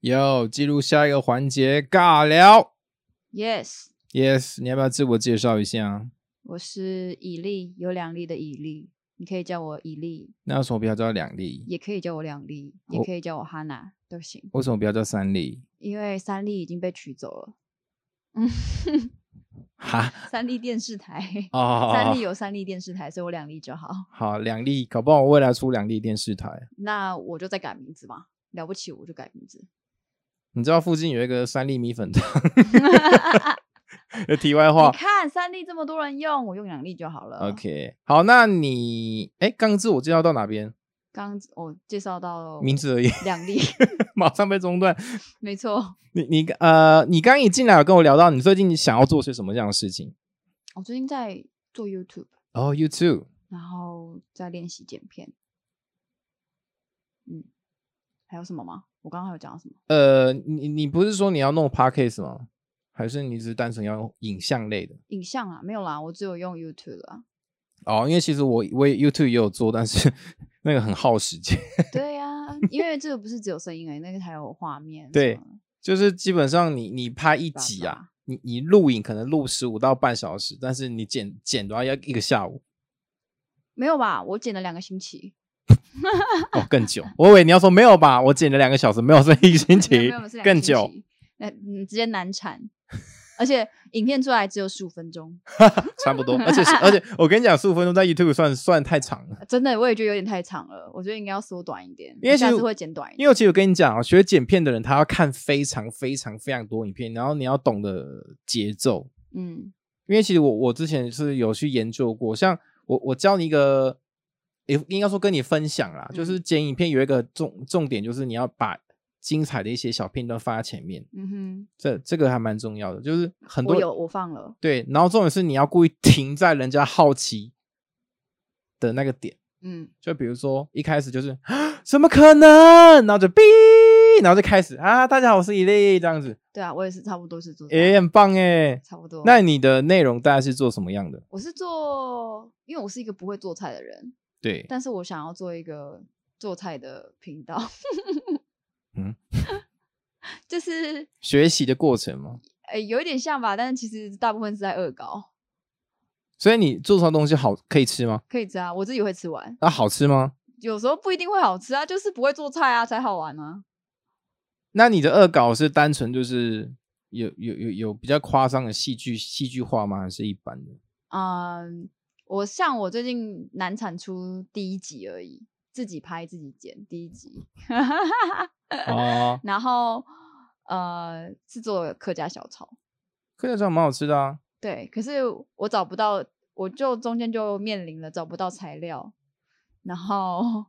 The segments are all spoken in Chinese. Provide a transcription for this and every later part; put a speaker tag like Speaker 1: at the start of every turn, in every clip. Speaker 1: 有进入下一个环节尬聊。
Speaker 2: Yes，
Speaker 1: Yes，你要不要自我介绍一下？啊
Speaker 2: 我是以利，有两粒的以利，你可以叫我以利，
Speaker 1: 那为什么不要叫两粒？
Speaker 2: 也可以叫我两粒，也
Speaker 1: 我
Speaker 2: 可以叫我哈娜都行，
Speaker 1: 为什么不要叫三粒？
Speaker 2: 因为三粒已经被取走了。嗯，
Speaker 1: 哈，
Speaker 2: 三立电视台，
Speaker 1: 哦，
Speaker 2: 三立有三立电视台，所以我两粒就好。
Speaker 1: 好，两粒，搞不好我未来出两粒电视台。
Speaker 2: 那我就再改名字吧，了不起我就改名 字。
Speaker 1: 你知道附近有一个三粒米粉汤？
Speaker 2: 你
Speaker 1: 题外话
Speaker 2: 看三立这么多人用，我用两粒就好了。
Speaker 1: ，OK，好，那你哎，刚自我介绍到哪边？
Speaker 2: 刚我介绍到
Speaker 1: 名字而已，
Speaker 2: 两粒，
Speaker 1: 马上被中断。
Speaker 2: 没错。
Speaker 1: 你你呃，你刚一进来有跟我聊到你最近想要做些什么样的事情？
Speaker 2: 我最近在做 YouTube，
Speaker 1: 哦、y o u too。
Speaker 2: 然后在练习剪片。嗯，还有什么吗？我刚刚还有讲到什么？
Speaker 1: 呃，你你不是说你要弄 podcast 吗？还是你只是单纯要用影像类的？
Speaker 2: 影像啊，没有啦，我只有用 YouTube 啦。
Speaker 1: 哦，因为其实我我也 YouTube 也有做，但是 那个很耗时间，
Speaker 2: 对呀、因为这个不是只有声音而已，那个还有画面。
Speaker 1: 对，就是基本上你你拍一
Speaker 2: 爸
Speaker 1: 集
Speaker 2: 爸
Speaker 1: 啊，你你录影可能录十五到半小时，但是你剪剪的话要一个下午，
Speaker 2: 没有吧？我剪了两个星期。
Speaker 1: 哦更 久。我以为你要说没有吧，我剪了两个小时，没有说一星
Speaker 2: 没有
Speaker 1: 期
Speaker 2: 没有是两个
Speaker 1: 更
Speaker 2: 星
Speaker 1: 久。
Speaker 2: 期，那嗯直接难产，而且影片出来只有十五分钟，
Speaker 1: 差不 多，而且是而且我跟你讲，十五分钟在 YouTube 算算太长了。
Speaker 2: 真的我也觉得有点太长了，我觉得应该要缩短一点，
Speaker 1: 因
Speaker 2: 我
Speaker 1: 为
Speaker 2: 下
Speaker 1: 其
Speaker 2: 次
Speaker 1: 实
Speaker 2: 会剪短一
Speaker 1: 因
Speaker 2: 点。
Speaker 1: 为我其实我跟你讲啊，学剪片的人他要看非常非常非常多影片，然后你要懂得节奏。
Speaker 2: 嗯，
Speaker 1: 因为其实我我之前是有去研究过，像我我教你一个，也应该说跟你分享啦，
Speaker 2: 嗯
Speaker 1: 就是剪影片有一个重重点，就是你要把精彩的一些小片段放在前面，
Speaker 2: 嗯
Speaker 1: 这这个还蛮重要的，就是很
Speaker 2: 哼，我
Speaker 1: 多
Speaker 2: 有我放了，
Speaker 1: 对，然后重点是你要故意停在人家好奇的那个点。
Speaker 2: 嗯，
Speaker 1: 就比如说一开始就是怎么可能，然后就哔，然后就开始啊，大家好，我是伊利，这样子，
Speaker 2: 对啊，我也是差不多是做这
Speaker 1: 也、
Speaker 2: 样
Speaker 1: 很棒哎。
Speaker 2: 差不多。
Speaker 1: 那你的内容大概是做什么样的？
Speaker 2: 我是做，因为我是一个不会做菜的人，
Speaker 1: 对，
Speaker 2: 但是我想要做一个做菜的频道。
Speaker 1: 嗯，
Speaker 2: 就是
Speaker 1: 学习的过程嘛。
Speaker 2: 呃、有一点像吧，但是其实大部分是在恶搞，
Speaker 1: 所以你做出来的东西好可以吃吗？
Speaker 2: 可以吃啊，我自己会吃完。
Speaker 1: 那、好吃吗？
Speaker 2: 有时候不一定会好吃啊，就是不会做菜啊才好玩啊。
Speaker 1: 那你的恶搞是单纯就是有有有有比较夸张的戏剧戏剧化吗？还是一般的？
Speaker 2: 嗯，我像我最近难产出第一集而已，自己拍自己剪第一集，
Speaker 1: 哦，
Speaker 2: 然后呃是做客家小炒，
Speaker 1: 客家菜蛮好吃的啊。
Speaker 2: 对，可是我找不到，我就中间就面临了找不到材料，然后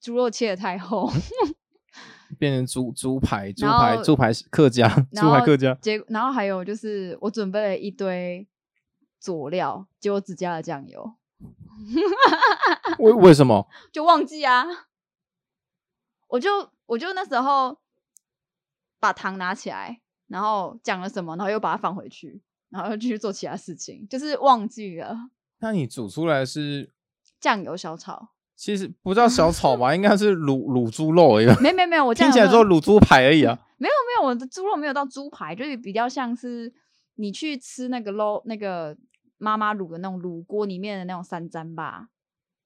Speaker 2: 猪肉切的太 厚，
Speaker 1: 变成猪猪排，猪
Speaker 2: 然后
Speaker 1: 排，猪排是客家，
Speaker 2: 然
Speaker 1: 猪
Speaker 2: 后
Speaker 1: 排客 家，
Speaker 2: 结然后还有就是我准备了一堆佐料，结果只加了酱油，
Speaker 1: 为为什么？
Speaker 2: 就忘记啊。我就我就那时候把糖拿起来，然后讲了什么，然后又把它放回去，然后又继续做其他事情，就是忘记了
Speaker 1: 那你煮出来是
Speaker 2: 酱油小炒。
Speaker 1: 其实不叫小炒吧，应该是卤卤猪肉而已吧。
Speaker 2: 没没没有，我酱
Speaker 1: 听起
Speaker 2: 油
Speaker 1: 来说卤猪排而已啊。
Speaker 2: 没有没有，我的猪肉没有到猪排，就是比较像是你去吃那个捞那个妈妈卤的那种卤锅里面的那种三沾吧，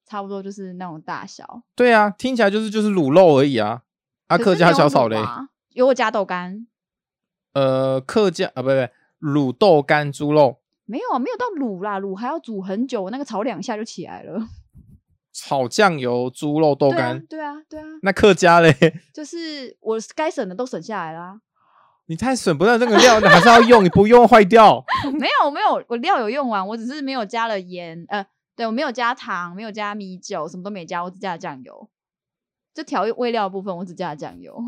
Speaker 2: 差不多就是那种大小。
Speaker 1: 对啊，听起来就是就是卤肉而已啊。啊，
Speaker 2: 可
Speaker 1: 客
Speaker 2: 是
Speaker 1: 家
Speaker 2: 没有
Speaker 1: 小炒
Speaker 2: 卤
Speaker 1: 嘞，
Speaker 2: 啊，有我加豆干，
Speaker 1: 呃，客家啊，不不，卤豆干猪肉
Speaker 2: 没有啊，没有到卤啦，卤还要煮很久，我那个炒两下就起来了。
Speaker 1: 炒酱油猪肉豆干。
Speaker 2: 对啊，对啊，对啊，
Speaker 1: 那客家嘞，
Speaker 2: 就是我该省的都省下来啦。
Speaker 1: 你太省不到这个料，你还是要用，你不用坏掉。
Speaker 2: 没有，没有，我料有用完，我只是没有加了盐，呃，对我没有加糖，没有加米酒，什么都没加，我只加了酱油。就调味料的部分，我只加了酱油。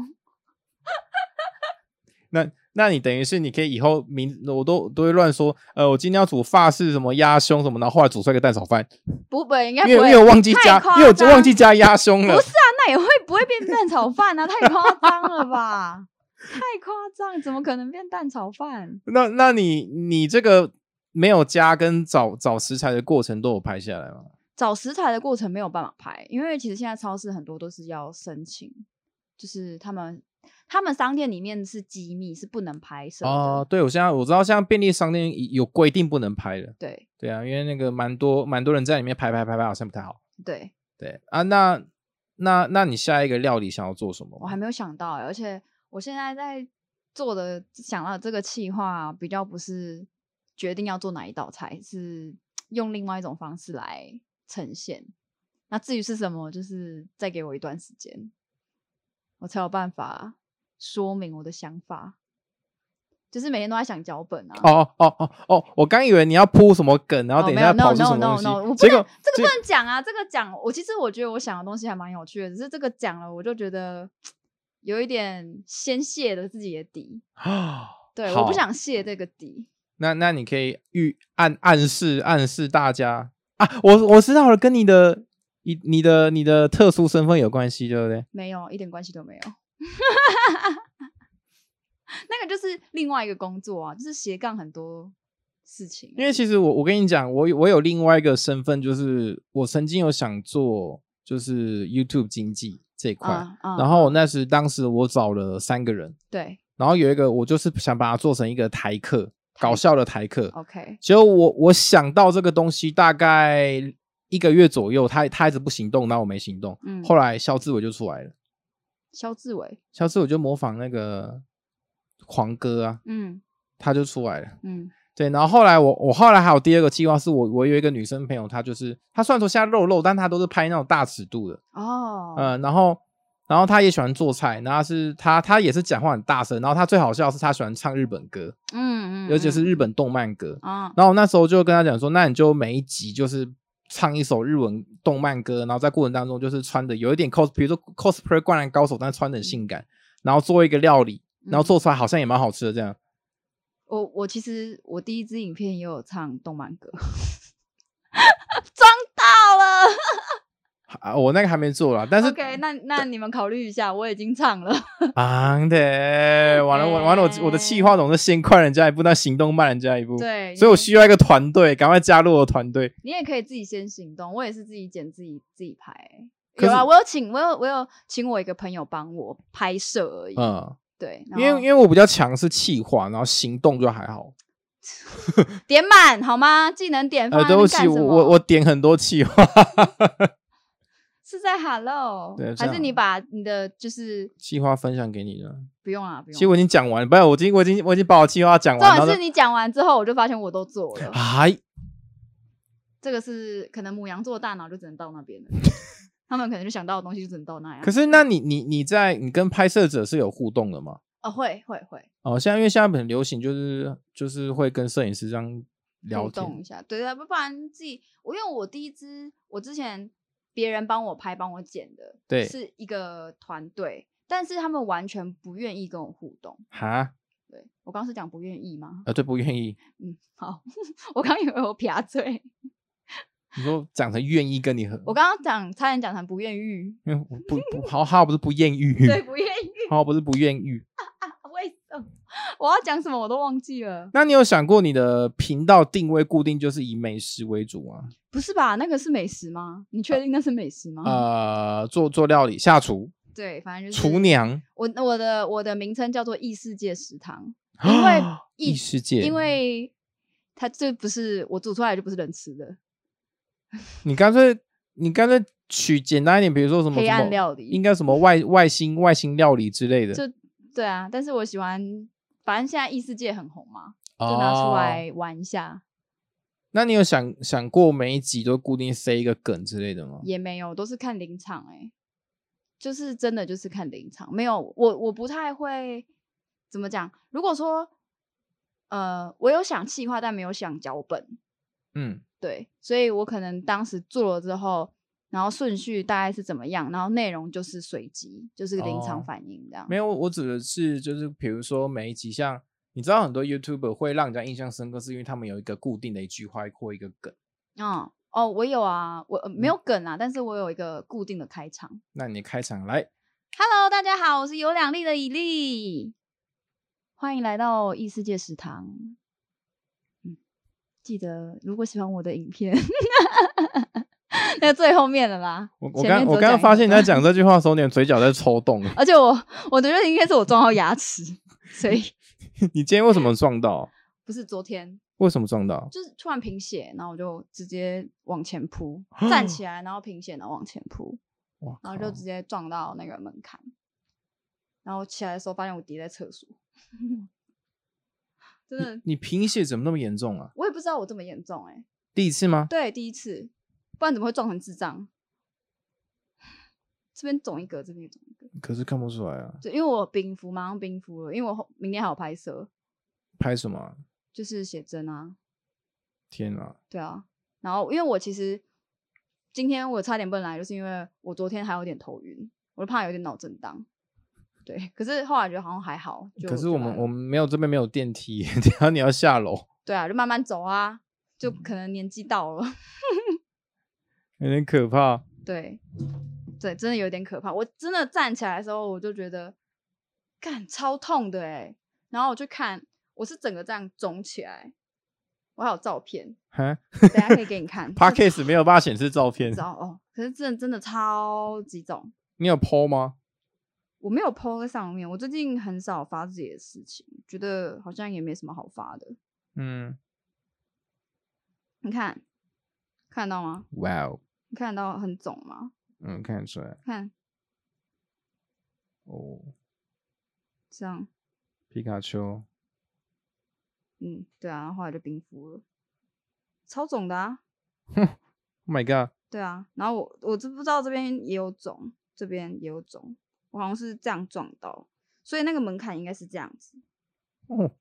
Speaker 1: 那那你等于是你可以以后名我都都会乱说，呃，我今天要煮法式什么鸭胸什么，然后后来煮出来个蛋炒饭，
Speaker 2: 不，不，应该
Speaker 1: 因
Speaker 2: 不
Speaker 1: 为因
Speaker 2: 会。
Speaker 1: 为我忘记
Speaker 2: 太
Speaker 1: 加，
Speaker 2: 夸
Speaker 1: 因为我
Speaker 2: 张
Speaker 1: 忘记加鸭胸
Speaker 2: 不
Speaker 1: 了
Speaker 2: 是。啊，那也会不会变蛋炒饭啊？太夸张了吧！太夸张，怎么可能变蛋炒饭？
Speaker 1: 那那你你这个没有加跟找找食材的过程都有拍下来吗？
Speaker 2: 找食材的过程没有办法拍，因为其实现在超市很多都是要申请，就是他们他们商店里面是机密，是不能拍摄的。
Speaker 1: 哦，对，我现在我知道，像便利商店有规定不能拍的，
Speaker 2: 对
Speaker 1: 对啊，因为那个蛮多蛮多人在里面拍拍拍拍，好像不太好。
Speaker 2: 对，
Speaker 1: 对啊，那那那你下一个料理想要做什么？
Speaker 2: 我还没有想到欸、而且我现在在做的想到的这个企划比较不是决定要做哪一道菜，是用另外一种方式来呈现。那至于是什么，就是再给我一段时间，我才有办法说明我的想法。就是每天都在想脚本啊，
Speaker 1: 哦哦哦哦！我刚以为你要铺什么梗，然后
Speaker 2: 哦
Speaker 1: 等一
Speaker 2: 没
Speaker 1: 下
Speaker 2: 有
Speaker 1: 跑
Speaker 2: no
Speaker 1: 出什
Speaker 2: no
Speaker 1: 么东
Speaker 2: no
Speaker 1: 西
Speaker 2: no，我不
Speaker 1: 结
Speaker 2: 能
Speaker 1: 果
Speaker 2: 这个
Speaker 1: 结
Speaker 2: 不能讲啊，这个讲我其实我觉得我想的东西还蛮有趣的，只是这个讲了我就觉得有一点先泄了自己的底，
Speaker 1: 啊，
Speaker 2: 对，我
Speaker 1: 好
Speaker 2: 不想泄这个底，
Speaker 1: 那那你可以预暗暗示暗示大家啊，我我知道了，跟你的你你的你的特殊身份有关系，对不对？
Speaker 2: 没有一点关系都没有。 那个就是另外一个工作啊，就是斜杠很多事情欸，
Speaker 1: 因为其实我我跟你讲，我有我有另外一个身份，就是我曾经有想做就是 YouTube 经济这一块，
Speaker 2: 啊啊，
Speaker 1: 然后我那时当时我找了三个人，
Speaker 2: 对
Speaker 1: 然后有一个我就是想把它做成一个台客，
Speaker 2: 台
Speaker 1: 搞笑的台客。
Speaker 2: ，OK，
Speaker 1: 结果我我想到这个东西大概一个月左右，他他一直不行动，那我没行动。
Speaker 2: 嗯
Speaker 1: 后来肖志伟就出来了，
Speaker 2: 肖志伟，
Speaker 1: 肖志伟就模仿那个狂哥啊，
Speaker 2: 嗯
Speaker 1: 他就出来了。
Speaker 2: 嗯
Speaker 1: 对，然后后来我我后来还有第二个计划，是我我有一个女生朋友，她就是她虽然说现在肉肉，但她都是拍那种大尺度的，
Speaker 2: 哦，
Speaker 1: 嗯、然后然后她也喜欢做菜，然后她是她她也是讲话很大声，然后她最好笑的是她喜欢唱日本歌，
Speaker 2: 嗯嗯，
Speaker 1: 尤其是
Speaker 2: 嗯
Speaker 1: 日本动漫歌。
Speaker 2: 啊，
Speaker 1: 然后我那时候就跟她讲说，那你就每一集就是唱一首日文动漫歌，然后在过程当中就是穿的有一点 cos，比如说 cosplay 灌篮高手，但是穿的很性感，然后做一个料理，然后
Speaker 2: 嗯
Speaker 1: 做出来好像也蛮好吃的这样。
Speaker 2: 我我其实我第一支影片也有唱动漫歌，装到了。
Speaker 1: 啊，我那个还没做啦，但是
Speaker 2: OK，那那你们考虑一下，我已经 唱了。
Speaker 1: 忙的，完了完完了，我我的气话总是先快人家一步，那行动慢人家一步。，
Speaker 2: 对，
Speaker 1: 所以我
Speaker 2: 你
Speaker 1: 需要一个团队，赶快加入我的团队。
Speaker 2: 你也可以自己先行动，我也是自己剪自己自己拍欸。
Speaker 1: 可
Speaker 2: 有啊，
Speaker 1: 是
Speaker 2: 我有请我有我有请我一个朋友帮我拍摄而已。
Speaker 1: 嗯，
Speaker 2: 对，
Speaker 1: 因为因为我比较强是气话，然后行动就还好。
Speaker 2: 为点满好吗？技能点放
Speaker 1: 呃，对
Speaker 2: 在那
Speaker 1: 不
Speaker 2: 边
Speaker 1: 起，
Speaker 2: 干
Speaker 1: 我
Speaker 2: 什
Speaker 1: 我
Speaker 2: 么
Speaker 1: 我点很多气话，
Speaker 2: 是在 Hello，
Speaker 1: 对
Speaker 2: 还
Speaker 1: 这
Speaker 2: 是
Speaker 1: 样
Speaker 2: 你把你的就是
Speaker 1: 气话分享给你了。
Speaker 2: 不用啊，不
Speaker 1: 其实
Speaker 2: 用
Speaker 1: 我
Speaker 2: 啊。
Speaker 1: 已经讲完了，不然我已经我已经我已经把我气话讲完
Speaker 2: 重
Speaker 1: 了。
Speaker 2: 点
Speaker 1: 然
Speaker 2: 是
Speaker 1: 后
Speaker 2: 你讲完之后，我就发现我都做 了。
Speaker 1: 哎，
Speaker 2: 这个是可能母羊座大脑就只能到那边了， 他们可能就想到的东西就只能到那样。
Speaker 1: 可是那你你你在你跟拍摄者是有互动的吗？
Speaker 2: 哦，会会会
Speaker 1: 哦，现在因为现在很流行，就是就是会跟摄影师这样聊
Speaker 2: 互
Speaker 1: 天。
Speaker 2: 动一下，对啊，不然自己我因为我第一支我之前别人帮我拍帮我剪的，
Speaker 1: 对
Speaker 2: 是一个团队，但是他们完全不愿意跟我互动。
Speaker 1: 哈，
Speaker 2: 对我刚刚是讲不愿意吗？
Speaker 1: 呃，对，不愿意。
Speaker 2: 嗯，好， 我刚以为我撇嘴，
Speaker 1: 你说长成愿意跟你 合，
Speaker 2: 我刚刚讲差点讲成不愿意，
Speaker 1: 因为我不不好好不是不艳遇，
Speaker 2: 对，不愿意，
Speaker 1: 好好不是不艳遇。
Speaker 2: 为什么？我要讲什么我都忘记了。
Speaker 1: 那你有想过你的频道定位固定就是以美食为主吗？
Speaker 2: 不是吧？那个是美食吗？你确定那是美食吗？
Speaker 1: 呃，做做料理、下厨、
Speaker 2: 对，反正就是
Speaker 1: 厨。娘，
Speaker 2: 我我的我的名称叫做异世界食堂，因为异
Speaker 1: 啊异世界。
Speaker 2: 因为它这不是我煮出来就不是人吃的
Speaker 1: 你干脆你干脆取简单一点，比如说什么
Speaker 2: 黑
Speaker 1: 什
Speaker 2: 暗
Speaker 1: 么
Speaker 2: 料理，
Speaker 1: 应该什么 外外星外星料理之类的，
Speaker 2: 就对啊。但是我喜欢，反正现在异世界很红嘛，
Speaker 1: 就
Speaker 2: 就拿出。
Speaker 1: 哦
Speaker 2: 来玩一下。
Speaker 1: 那你有想想过每一集都固定塞一个梗之类的吗？
Speaker 2: 也没有，都是看临场哎、就是真的就是看临场，没有我我不太会怎么讲。如果说呃，我有想气话，但没有想脚本，
Speaker 1: 嗯，
Speaker 2: 对，所以我可能当时做了之后，然后顺序大概是怎么样，然后内容就是随机，就是临
Speaker 1: 哦
Speaker 2: 场反应这样。
Speaker 1: 没有，我指的是就是比如说每一集像。你知道很多 YouTuber 会让人家印象深刻，是因为他们有一个固定的一句话或一个梗。
Speaker 2: 嗯，哦，我有啊，我、呃
Speaker 1: 嗯
Speaker 2: 没有梗啊，但是我有一个固定的开场。
Speaker 1: 那你开场来，
Speaker 2: Hello，大家好，我是有两粒的以粒，欢迎来到异世界食堂。嗯，记得如果喜欢我的影片， 那个最后面的啦。
Speaker 1: 我我
Speaker 2: 前面
Speaker 1: 刚
Speaker 2: 只有
Speaker 1: 我刚刚
Speaker 2: 讲一
Speaker 1: 发现你在
Speaker 2: 段，
Speaker 1: 讲这句话的时候，你的嘴角在抽动。
Speaker 2: 而且我我觉得应该是我撞到牙齿，所以
Speaker 1: 你今天为什么撞到？
Speaker 2: 不是昨天，
Speaker 1: 为什么撞到？
Speaker 2: 就是突然贫血，然后我就直接往前扑，站起来，然后贫血，然后往前扑，
Speaker 1: 哇
Speaker 2: 然
Speaker 1: 靠！
Speaker 2: 后就直接撞到那个门槛。然后我起来的时候，发现我跌在厕所， 真的，
Speaker 1: 你贫血怎么那么严重啊？
Speaker 2: 我也不知道我这么严重哎、
Speaker 1: 第一次吗？
Speaker 2: 对，第一次，不然怎么会撞成智障？这边肿一个，这边也肿一个。
Speaker 1: 可是看不出来啊，
Speaker 2: 对，因为我冰敷，马上冰敷了，因为我后明天还有拍摄，
Speaker 1: 拍什么啊？
Speaker 2: 就是写真啊，
Speaker 1: 天啊！
Speaker 2: 对啊。然后因为我其实今天我差点不能来，就是因为我昨天还有点头晕，我就怕有点脑震荡。对，可是后来觉得好像还好。就
Speaker 1: 可是
Speaker 2: 就
Speaker 1: 我
Speaker 2: 来
Speaker 1: 们
Speaker 2: 了
Speaker 1: 我们没有这边没有电梯， 等一下你要下楼，
Speaker 2: 对啊，就慢慢走啊，就
Speaker 1: 嗯
Speaker 2: 可能年纪到了，
Speaker 1: 有点可怕。
Speaker 2: 对，对，真的有点可怕。我真的站起来的时候，我就觉得，干超痛的哎、然后我去看，我是整个这样肿起来，我还有照片，
Speaker 1: 哈
Speaker 2: 等下可以给你 看。
Speaker 1: p a c k a s e 没有办法显示照片
Speaker 2: 知，道哦，可是真的真的超级肿。
Speaker 1: 你有 PO 吗？
Speaker 2: 我没有 PO 在上面，我最近很少发自己的事情，觉得好像也没什么好发的。
Speaker 1: 嗯，
Speaker 2: 你看，看得到吗？
Speaker 1: 哇哦，
Speaker 2: 你看得到很肿吗？
Speaker 1: 嗯，看得出来
Speaker 2: 看
Speaker 1: 哦，
Speaker 2: 这样，
Speaker 1: 皮卡丘，
Speaker 2: 嗯，对啊，然后后来就冰敷了，超肿的啊。
Speaker 1: 哼，Oh my god，
Speaker 2: 对啊，然后我我知不知道这边也有肿，这边也有肿，我好像是这样撞到，所以那个门槛应该是这样子，
Speaker 1: 哦，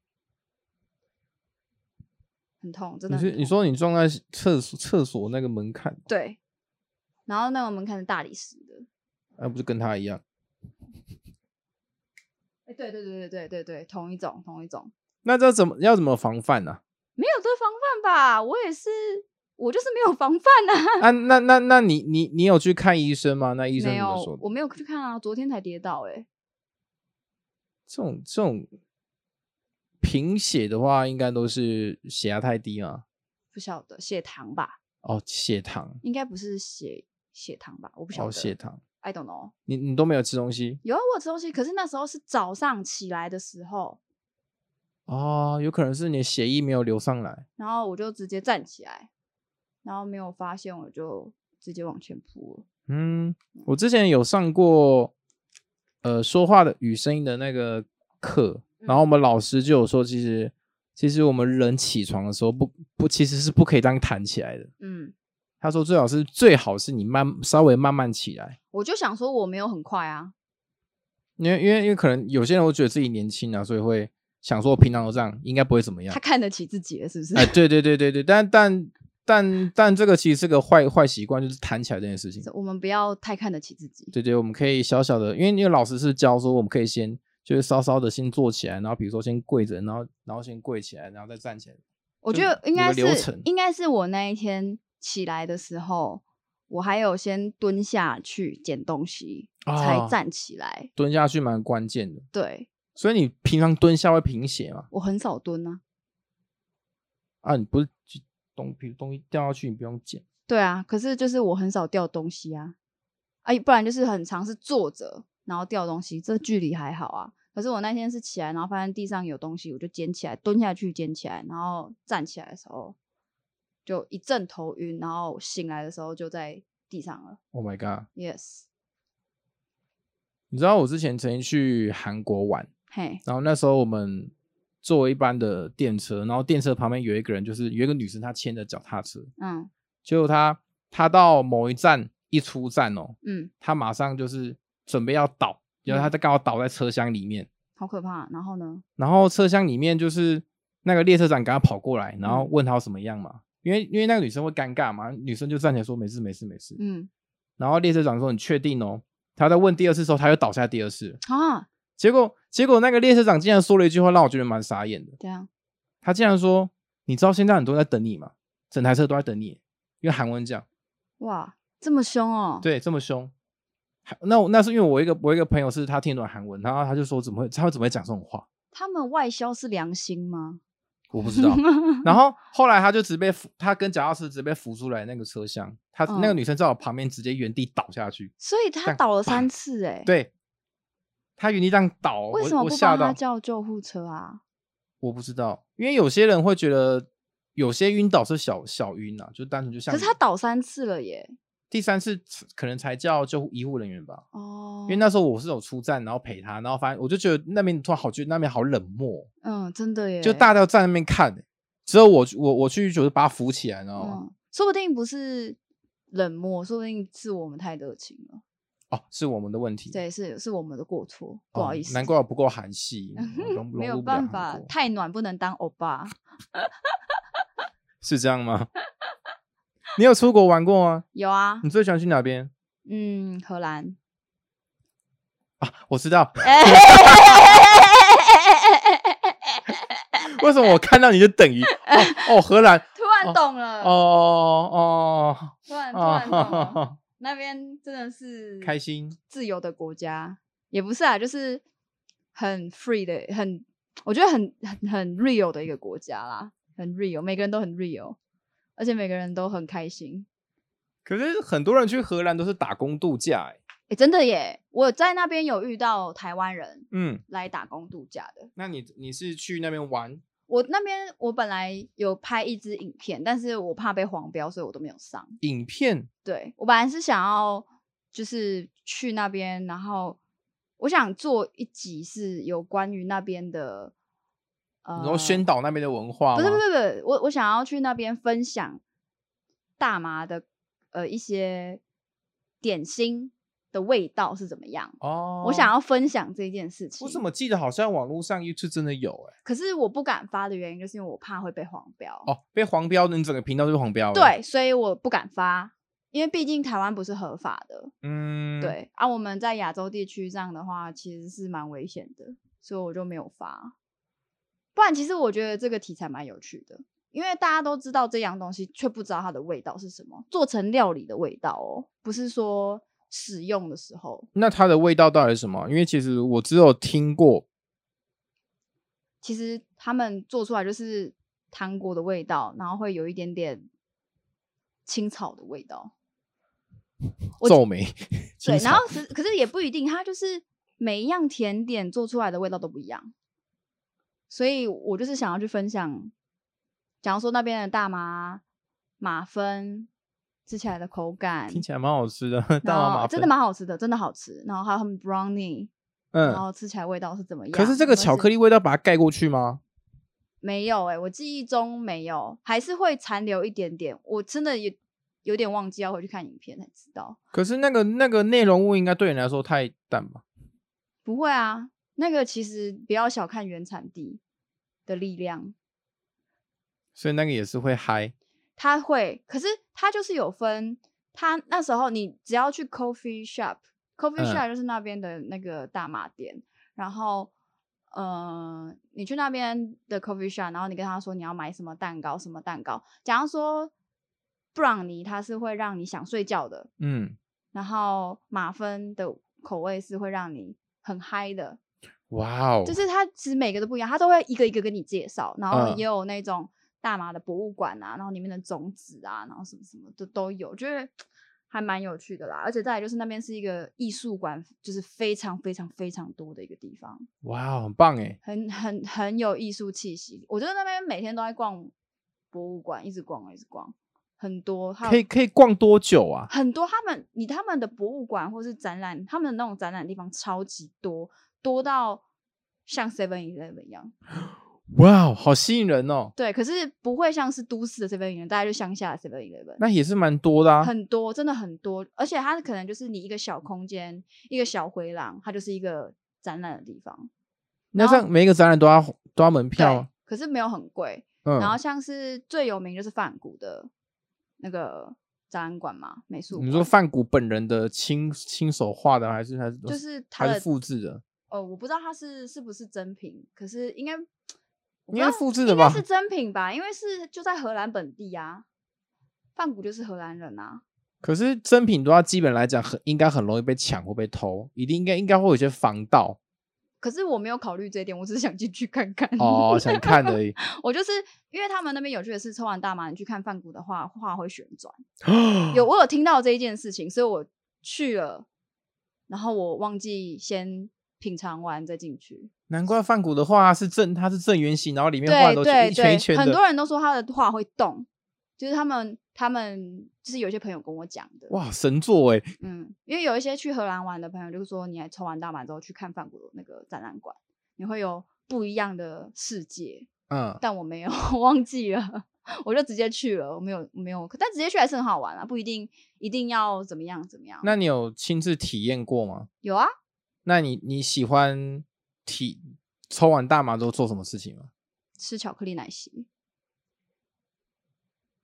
Speaker 2: 很痛，真的
Speaker 1: 你是
Speaker 2: 很痛。
Speaker 1: 你说你撞在厕所厕所那个门槛，
Speaker 2: 对，然后那个门槛是大理石的，
Speaker 1: 那啊不是跟他一样？
Speaker 2: 哎，对对对对对对对，同一种同一种，
Speaker 1: 那这怎么要怎么防范啊呢、
Speaker 2: 没有这防范吧？我也是，我就是没有防范 呐、
Speaker 1: 啊？啊，那那那你你你有去看医生吗？那医生
Speaker 2: 没
Speaker 1: 怎么
Speaker 2: 有
Speaker 1: 说，的？
Speaker 2: 我没有去看啊，昨天才跌倒、欸，哎，
Speaker 1: 这种这种贫血的话，应该都是血压太低嘛？
Speaker 2: 不晓得血糖吧，
Speaker 1: 哦，血糖，
Speaker 2: 应该不是血血糖吧，我不晓
Speaker 1: 哦，
Speaker 2: 得、
Speaker 1: 血糖，
Speaker 2: i don't know。
Speaker 1: 你你都没有吃东西
Speaker 2: 有啊，我有吃东西，可是那时候是早上起来的时候，
Speaker 1: 哦，有可能是你的血液没有流上来。
Speaker 2: 然后我就直接站起来，然后没有发现，我就直接往前扑了。
Speaker 1: 嗯，我之前有上过，呃，说话的与声音的那个课，然后
Speaker 2: 嗯
Speaker 1: 我们老师就有说，其实其实我们人起床的时候不不其实是不可以这样弹起来的。
Speaker 2: 嗯，
Speaker 1: 他说最好是最好是你慢稍微慢慢起来，
Speaker 2: 我就想说我没有很快啊，
Speaker 1: 因为因为因为可能有些人会觉得自己年轻啊，所以会想说平常都这样应该不会怎么样
Speaker 2: 他。看得起自己了，是不是？
Speaker 1: 哎，对对对对对，但但但但这个其实是个坏坏习惯，就是弹起来这件事情。
Speaker 2: 我们不要太看得起自己。
Speaker 1: 对对，我们可以小小的，因为那个老师是教说我们可以先就是稍稍的先坐起来，然后比如说先跪着，然后然后先跪起来，然后再站起来。
Speaker 2: 我
Speaker 1: 就
Speaker 2: 觉得应
Speaker 1: 有
Speaker 2: 该
Speaker 1: 个流
Speaker 2: 是
Speaker 1: 程，
Speaker 2: 应该是我那一天起来的时候，我还有先蹲下去捡东西，才
Speaker 1: 啊
Speaker 2: 站起来。
Speaker 1: 蹲下去蛮关键的，
Speaker 2: 对
Speaker 1: 所以你平常蹲下会贫血嘛？
Speaker 2: 我很少蹲啊。
Speaker 1: 啊，你不是就东比如东西掉下去你不用捡，
Speaker 2: 对啊，可是就是我很少掉东西啊，哎，不然就是很常是坐着然后掉东西，这距离还好啊。可是我那天是起来，然后发现地上有东西，我就捡起来，蹲下去捡起来，然后站起来的时候就一阵头晕，然后醒来的时候就在地上了。
Speaker 1: Oh my god！
Speaker 2: Yes，
Speaker 1: 你知道我之前曾经去韩国玩，
Speaker 2: 嘿，
Speaker 1: 然后那时候我们坐一班的电车，然后电车旁边有一个人，就是有一个女生，她牵着脚踏车，
Speaker 2: 嗯
Speaker 1: 结果她她到某一站一出站哦，
Speaker 2: 嗯，
Speaker 1: 她马上就是准备要倒，然后她
Speaker 2: 嗯
Speaker 1: 在刚好倒在车厢里面，
Speaker 2: 好可怕。然后呢？
Speaker 1: 然后车厢里面就是那个列车长赶快跑过来，然后
Speaker 2: 嗯
Speaker 1: 问她什么样嘛，因为因为那个女生会尴尬嘛，女生就站起来说没事没事没事，
Speaker 2: 嗯
Speaker 1: 然后列车长说你确定哦，她在问第二次的时候，她又倒下第二次了，
Speaker 2: 啊，
Speaker 1: 结果结果那个列车长竟然说了一句话让我觉得蛮傻眼的。
Speaker 2: 这样
Speaker 1: 他竟然说：“你知道现在很多人在等你吗？整台车都在等你，因为韩文讲
Speaker 2: 哇，这么凶哦。，
Speaker 1: 对这么凶。还”那我那是因为我一个我一个朋友是他听得懂韩文，然后他就说怎么会他会怎么会讲这种话？
Speaker 2: 他们外销是良心吗？
Speaker 1: 我不知 道。然后后来他就直被扶他跟脚踏车直被扶出来那个车厢，他、那个
Speaker 2: 嗯
Speaker 1: 女生在我旁边直接原地倒下去，
Speaker 2: 所以
Speaker 1: 这
Speaker 2: 他
Speaker 1: 样
Speaker 2: 倒了
Speaker 1: 砰
Speaker 2: 三次、欸，哎，，
Speaker 1: 对，他原地这样倒，我
Speaker 2: 为什么
Speaker 1: 我
Speaker 2: 不
Speaker 1: 吓
Speaker 2: 帮
Speaker 1: 到
Speaker 2: 他，叫救护车啊？
Speaker 1: 我不知道，因为有些人会觉得有些晕倒是小小晕啊，就单纯就像
Speaker 2: 可是他倒三次了耶，
Speaker 1: 第三次可能才叫救护医护人员吧，
Speaker 2: 哦，
Speaker 1: 因为那时候我是有出站，然后陪他，然后发现我就觉得那边突然好，觉得那边好冷漠，哦
Speaker 2: 嗯，真的耶，
Speaker 1: 就大家都站那边看、只有我我我去就是把他扶起来，然后、
Speaker 2: 嗯，说不定不是冷漠，说不定是我们太热情了，
Speaker 1: 哦是我们的问题，
Speaker 2: 对，是是我们的过错，不好
Speaker 1: 哦
Speaker 2: 意思，
Speaker 1: 难怪我不够韩系，嗯 融融
Speaker 2: 没有
Speaker 1: 入不了
Speaker 2: 办
Speaker 1: 韩
Speaker 2: 法，
Speaker 1: 国
Speaker 2: 太暖不能当欧巴。
Speaker 1: 是这样吗？ 你有出国玩过吗？
Speaker 2: 有啊
Speaker 1: 你，最喜欢去哪边
Speaker 2: 嗯，荷 兰，
Speaker 1: 啊？我知道，
Speaker 2: 突
Speaker 1: 为什么我看到你就等 于哦哦荷兰
Speaker 2: 然懂了，
Speaker 1: 哦哦
Speaker 2: 突然
Speaker 1: 哦
Speaker 2: 嗯突然懂了，
Speaker 1: 哦，
Speaker 2: 那边真的是
Speaker 1: 开心
Speaker 2: 自由的国家，也不是啊，就是很 free 的，很我觉得很很很 real 的一个国家啦，很 real，每个人都很 real，而且每个人都很开心。
Speaker 1: 可是很多人去荷兰都是打工度假、欸，
Speaker 2: 哎、真的耶！我在那边有遇到台湾人
Speaker 1: 嗯，
Speaker 2: 来打工度假的。
Speaker 1: 那你你是去那边玩？
Speaker 2: 我那边我本来有拍一支影片，但是我怕被黄标，所以我都没有上。
Speaker 1: 影片
Speaker 2: 对我本来是想要就是去那边，然后我想做一集是有关于那边的，呃，
Speaker 1: 然后宣导那边的文化
Speaker 2: 不是不
Speaker 1: 吗
Speaker 2: 是不是，我我想要去那边分享大麻的呃一些点心的味道是怎么样，
Speaker 1: 哦，
Speaker 2: 我想要分享这件事情。
Speaker 1: 我怎么记得好像网络上 YouTube 真的有哎、
Speaker 2: 可是我不敢发的原因，就是因为我怕会被黄标。
Speaker 1: 哦，被黄标，你整个频道都被黄标了。，
Speaker 2: 对，所以我不敢发，因为毕竟台湾不是合法的。
Speaker 1: 嗯，，
Speaker 2: 对啊，我们在亚洲地区这样的话，其实是蛮危险的，所以我就没有发。不然，其实我觉得这个题材蛮有趣的，因为大家都知道这样东西，却不知道它的味道是什么，做成料理的味道哦，不是说使用的时候。
Speaker 1: 那它的味道到底是什么？因为其实我只有听过，
Speaker 2: 其实他们做出来就是糖果的味道，然后会有一点点青草的味道。我
Speaker 1: 皱眉，
Speaker 2: 对
Speaker 1: 清，朝
Speaker 2: 然后是可是也不一定，它就是每一样甜点做出来的味道都不一样，所以我就是想要去分享，假如说那边的大麻马芬吃起来的口感，
Speaker 1: 听起来蛮好吃的，
Speaker 2: 然
Speaker 1: 大麻
Speaker 2: 后
Speaker 1: 麻
Speaker 2: 真的
Speaker 1: 粉？
Speaker 2: 蛮好吃的，真的好吃。然后还有他们 brownie，、然
Speaker 1: 嗯，
Speaker 2: 后吃起来味道是怎么样？
Speaker 1: 可是这个巧克
Speaker 2: 力
Speaker 1: 力味道把它盖过去吗？
Speaker 2: 没有哎、我记忆中没有，还是会残留一点点。我真的也有点忘记，要回去看影片才知道。
Speaker 1: 可是那个那个内容物应该对你来说太淡吧？
Speaker 2: 不会啊，那个其实不要小看原产地的力量，
Speaker 1: 所以那个也是会嗨
Speaker 2: 它会，可是它就是有分，它那时候你只要去 coffee shop，coffee
Speaker 1: 嗯
Speaker 2: shop 就是那边的那个大麻店，然后。呃，你去那边的 coffee shop，然后你跟他说你要买什么蛋糕，什么蛋糕。假如说布朗尼，它是会让你想睡觉的，
Speaker 1: 嗯，
Speaker 2: 然后马芬的口味是会让你很嗨的，
Speaker 1: 哇哦，
Speaker 2: 就是它其实每个都不一样，它都会一个一个跟你介绍，然后
Speaker 1: 嗯
Speaker 2: 也有那种大麻的博物馆啊，然后里面的种子啊，然后什么什么的都有，就是还蛮有趣的啦。而且再来就是那边是一个艺术馆，就是非常非常非常多的一个地方，
Speaker 1: 哇哦，很棒哎，
Speaker 2: 很很很有艺术气息。我觉得那边每天都在逛博物馆，一直逛一直逛，很多还有
Speaker 1: 可以可以逛多久啊？
Speaker 2: 很多他们你他们的博物馆或是展览，他们的那种展览地方超级多，多到像 Seven Eleven 一样。
Speaker 1: 哇哦，好吸引人哦！
Speaker 2: 对，可是不会像是都市的 Seven Eleven，大概就乡下的 Seven Eleven，
Speaker 1: 那也是蛮多的啊。
Speaker 2: 很多真的很多，而且它可能就是你一个小空间，一个小回廊，它就是一个展览的地方。
Speaker 1: 那
Speaker 2: 然后
Speaker 1: 像每一个展览都要都要门票
Speaker 2: 对
Speaker 1: 啊，，
Speaker 2: 可是没有很贵。
Speaker 1: 嗯，
Speaker 2: 然后像是最有名就是梵谷的那个展览馆嘛，美术
Speaker 1: 你
Speaker 2: 馆
Speaker 1: 说范谷本人的亲亲手画的，还是还是
Speaker 2: 就是它
Speaker 1: 还
Speaker 2: 的
Speaker 1: 是复制的？
Speaker 2: 呃，我不知道它是是不是真品，可是应该我不
Speaker 1: 应该
Speaker 2: 知道
Speaker 1: 复制的
Speaker 2: 应该
Speaker 1: 吧
Speaker 2: 是真品吧，因为是就在荷兰本地啊，梵谷就是荷兰人啊。
Speaker 1: 可是真 品都要基本来讲很应该很容易被抢或被偷，一定应该应该会有一些防盗。
Speaker 2: 可是我没有考虑这一点，我只是想进去看看。
Speaker 1: 哦，想看而已。
Speaker 2: 我就是因为他们那边有趣的是，抽完大麻你去看梵谷的话，画会旋转。
Speaker 1: 嗯
Speaker 2: 有我有听到这一件事情，所以我去了，然后我忘记先品尝完再进去。
Speaker 1: 难怪范谷的画是正，它是正圆形，然后里面画
Speaker 2: 对
Speaker 1: 的都是
Speaker 2: 对
Speaker 1: 一圈一
Speaker 2: 对，
Speaker 1: 圈的。
Speaker 2: 很多人都说他的画会动，就是他们他们就是有些朋友跟我讲的。
Speaker 1: 哇，神作哎！
Speaker 2: 嗯，因为有一些去荷兰玩的朋友就是说，你还抽完大麻之后去看梵谷的那个展览馆，你会有不一样的世界。
Speaker 1: 嗯，
Speaker 2: 但我没有， 我忘记了，我就直接去了，我没有没有，但直接去还是很好玩啊，不一定一定要怎么样怎么样。
Speaker 1: 那你有亲自体验过吗？
Speaker 2: 有啊，
Speaker 1: 那你你喜欢体抽完大麻之后做什么事情吗？
Speaker 2: 吃巧克力奶昔，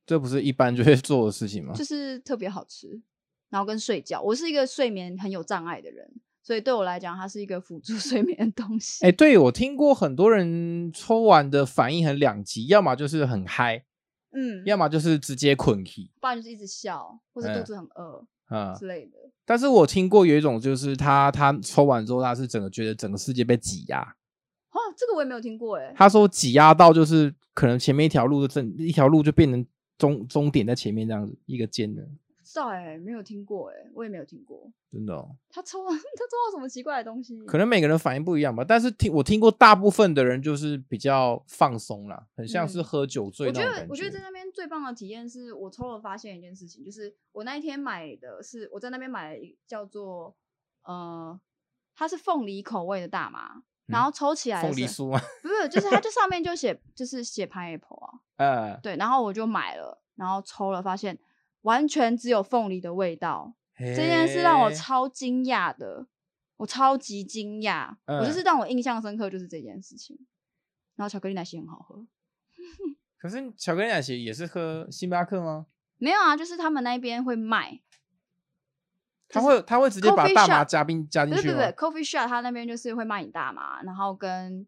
Speaker 1: 这不是一般就会 做的事情吗？
Speaker 2: 就是特别好吃，然后跟睡觉，我是一个睡眠很有障碍的人，所以对我来讲，它是一个辅助 睡眠的东西。
Speaker 1: 哎、对我听过很多人抽完的反应很两极，要么就是很嗨，
Speaker 2: 嗯，
Speaker 1: 要么就是直接困起。
Speaker 2: 不然就是一直笑，或者
Speaker 1: 哎
Speaker 2: 肚子很饿、
Speaker 1: 嗯，
Speaker 2: 之类的。
Speaker 1: 但是我听过有一种就是他他抽完之后，他是整个觉得整个世界被挤压。
Speaker 2: 哦，这个我也没有听过哎、
Speaker 1: 他说挤压到就是可能前面一条路的正一条路就变成终终点在前面这样子一个尖的，
Speaker 2: 不知道哎、没有听过哎、我也没有听过。
Speaker 1: 真的、哦。
Speaker 2: 他抽 他抽到什么奇怪的东西？
Speaker 1: 可能每个人反应不一样吧，但是听我听过大部分的人就是比较放松啦，很像是
Speaker 2: 嗯
Speaker 1: 喝酒醉
Speaker 2: 我
Speaker 1: 那种
Speaker 2: 觉
Speaker 1: 感
Speaker 2: 得，我觉得在那边最棒的体验是我抽了发现一件事情，就是我那一天买的是我在那边买了一叫做呃，它是凤梨口味的大麻，然
Speaker 1: 嗯
Speaker 2: 后抽起来
Speaker 1: 凤
Speaker 2: 的
Speaker 1: 梨
Speaker 2: 是、
Speaker 1: 酥嘛，啊
Speaker 2: 不是，就是它就上面就写就是写 pineapple 啊，
Speaker 1: 呃，
Speaker 2: 对，然后我就买了，然后抽了发现完全只有凤梨的味道，
Speaker 1: 这
Speaker 2: 这件事让我超惊讶的，我超级惊讶，我就
Speaker 1: 嗯
Speaker 2: 是让我印象深刻就是这件事情，然后巧克力奶昔很好喝。
Speaker 1: 可是巧克力奶昔也是喝星巴克吗？
Speaker 2: 没有啊，就是他们那边会卖，
Speaker 1: 他
Speaker 2: 就是
Speaker 1: 会他会直接把
Speaker 2: coffee
Speaker 1: 大麻
Speaker 2: shop
Speaker 1: 加冰加
Speaker 2: 不
Speaker 1: 进
Speaker 2: 是不
Speaker 1: 去
Speaker 2: 是不
Speaker 1: 吗
Speaker 2: 是？，coffee shop 他那边就是会卖你大麻，然后跟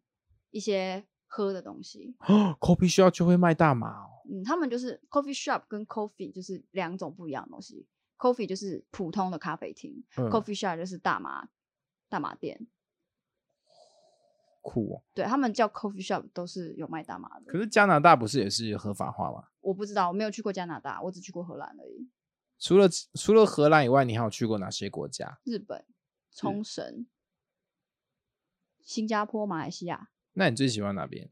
Speaker 2: 一些喝的东西。
Speaker 1: 哦 coffee shop 就会卖大麻哦。
Speaker 2: 嗯，他们就是 coffee shop 跟 coffee 就是两种不一样的东西。coffee 就是普通的咖啡厅、
Speaker 1: 嗯
Speaker 2: c o f f e e shop 就是大麻大麻店。
Speaker 1: 酷哦。
Speaker 2: 对他们叫 coffee shop 都是有卖大麻的。
Speaker 1: 可是加拿大不是也是合法化吗？
Speaker 2: 我不知道，我没有去过加拿大，我只去过荷兰而已。
Speaker 1: 除了除了荷兰以外，你还有去过哪些国家？
Speaker 2: 日本、
Speaker 1: 嗯
Speaker 2: 冲绳、新加坡、马来西亚，
Speaker 1: 那你最喜欢哪边？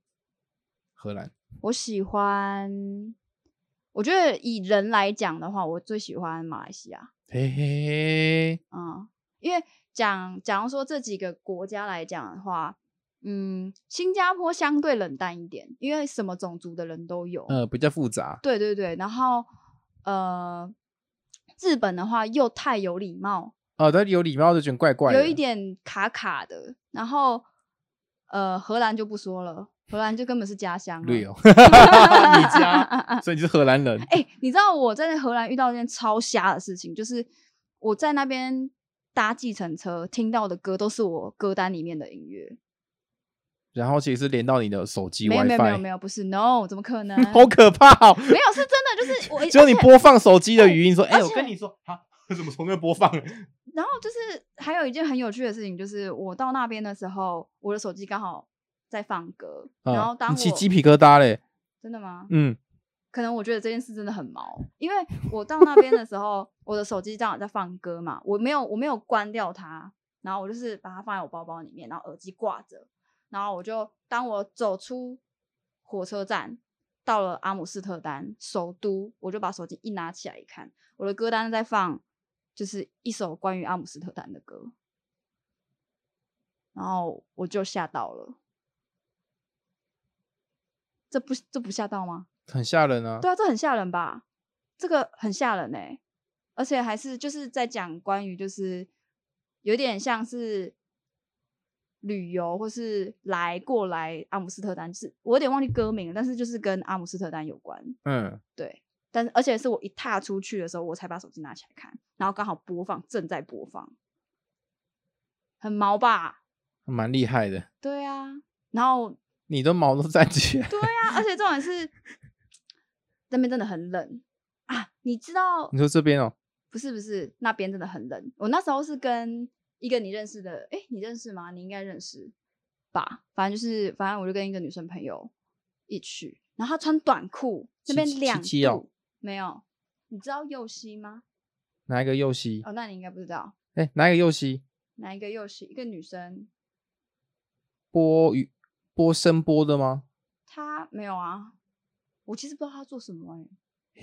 Speaker 1: 荷兰。
Speaker 2: 我喜欢，我觉得以人来讲的话，我最喜欢马来西亚。
Speaker 1: 嘿嘿嘿，
Speaker 2: 嗯，因为讲假如说这几个国家来讲的话，嗯，新加坡相对冷淡一点，因为什么种族的人都有。
Speaker 1: 呃，比较复杂。
Speaker 2: 对对对，然后呃，日本的话又太有礼貌，
Speaker 1: 哦，但有礼貌就觉得怪怪的。
Speaker 2: 有一点卡卡的。然后呃，荷兰就不说了，荷兰就根本是家乡了。
Speaker 1: 绿 哦，你家，所以你是荷兰人。
Speaker 2: 哎、你知道我在荷兰遇到一件超瞎的事情，就是我在那边搭计程车听到的歌都是我歌单里面的音乐，
Speaker 1: 然后其实是连到你的手机
Speaker 2: 没有没有没有
Speaker 1: WiFi，
Speaker 2: 没有，不是，no，怎么可能？
Speaker 1: 好可怕哦！
Speaker 2: 没有是真的，就是 我，
Speaker 1: 只有你
Speaker 2: 而且
Speaker 1: 播放手机的语音说：“哎，
Speaker 2: 而
Speaker 1: 我
Speaker 2: 且
Speaker 1: 跟你说，啊， 怎么从这播放？”
Speaker 2: 然后就是还有一件很有趣的事情，就是我到那边的时候，我的手机刚好在放歌， 然后
Speaker 1: 啊，
Speaker 2: 当
Speaker 1: 你起
Speaker 2: 我
Speaker 1: 鸡皮疙瘩嘞。
Speaker 2: 真的吗？
Speaker 1: 嗯，
Speaker 2: 可能我觉得这件事真的很毛，因为我到那边的时候，我的手机正好在放歌嘛，我没有我没有关掉它，然后我就是把它放在我包包里面，然后耳机挂着，然后我就当我走出火车站，到了阿姆斯特丹首都，我就把手机一拿起来一看，我的歌单在放就是一首关于阿姆斯特丹的歌，然后我就吓到了，这不这不吓到吗？
Speaker 1: 很吓人啊。
Speaker 2: 对啊，这很吓人吧？这个很吓人哎、而且还是就是在讲关于就是有点像是旅游或是来过来阿姆斯特丹，就是我有点忘记歌名了，但是就是跟阿姆斯特丹有关。
Speaker 1: 嗯，
Speaker 2: 对，但是而且是我一踏出去的时候，我才把手机拿起来看，然后刚好播放正在播放，很毛吧？
Speaker 1: 蛮厉害的。
Speaker 2: 对啊，然后
Speaker 1: 你的毛都站起来。
Speaker 2: 对啊，而且重点是 那边真的很冷啊，你知道
Speaker 1: 你说这边哦，
Speaker 2: 不是不是，那边真的很冷。我那时候是跟一个你认识的，哎、你认识吗？你应该认识。吧，反正就是反正我就跟一个女生朋友一起去，然后她穿短裤，
Speaker 1: 七
Speaker 2: 那边
Speaker 1: 七七
Speaker 2: 两
Speaker 1: 七哦
Speaker 2: 度没有。你知道右膝吗？
Speaker 1: 哪一个右膝？
Speaker 2: 哦，那你应该不知道
Speaker 1: 哎、哪一个右膝？
Speaker 2: 哪一个右膝，一个女生，
Speaker 1: 波与波声波的吗？
Speaker 2: 她没有啊。我其实不知道她做什么哎、
Speaker 1: 诶、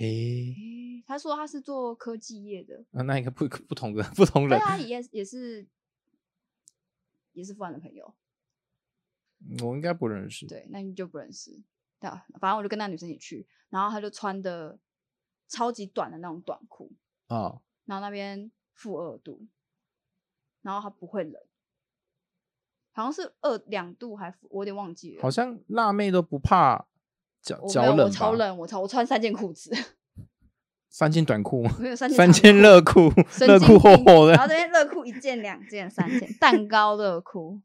Speaker 2: 诶她说她是做科技业的，
Speaker 1: 啊，那一个不不同的不同
Speaker 2: 但
Speaker 1: 人，
Speaker 2: 她也也是也是富安的朋友，
Speaker 1: 我应该不认识。
Speaker 2: 对，那你就不认识。对啊，反正我就跟那女生一起去，然后她就穿的超级短的那种短裤，
Speaker 1: 啊，
Speaker 2: 然后那边负二度，然后它不会冷，好像是二两度还负我有点忘记了。
Speaker 1: 好像辣妹都不怕脚
Speaker 2: 我没
Speaker 1: 脚
Speaker 2: 有，我
Speaker 1: 冷
Speaker 2: 超
Speaker 1: 吧？
Speaker 2: 冷，我超我穿三件裤子，
Speaker 1: 三件短裤吗，
Speaker 2: 没 有三件
Speaker 1: 三
Speaker 2: 长
Speaker 1: 件
Speaker 2: 裤
Speaker 1: 热裤，
Speaker 2: 神
Speaker 1: 热
Speaker 2: 经
Speaker 1: 裤厚
Speaker 2: 病啊
Speaker 1: 厚的
Speaker 2: 然后。这边热裤一件、两件、三件，蛋糕热裤，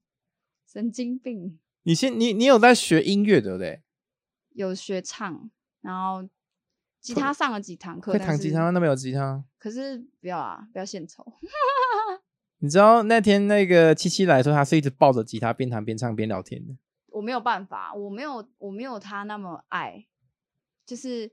Speaker 2: 神经病。
Speaker 1: 你现你你有在学音乐的嘞？
Speaker 2: 有学唱，然后吉他上了几堂课，
Speaker 1: 会
Speaker 2: 但
Speaker 1: 弹吉
Speaker 2: 是
Speaker 1: 他吗？那边有吉他。
Speaker 2: 可是不要啊，不要献丑。
Speaker 1: 你知道那天那个七七来的时候，他是一直抱着吉他边弹边唱边聊天的。
Speaker 2: 我没有办法，我没有我没有他那么爱，就是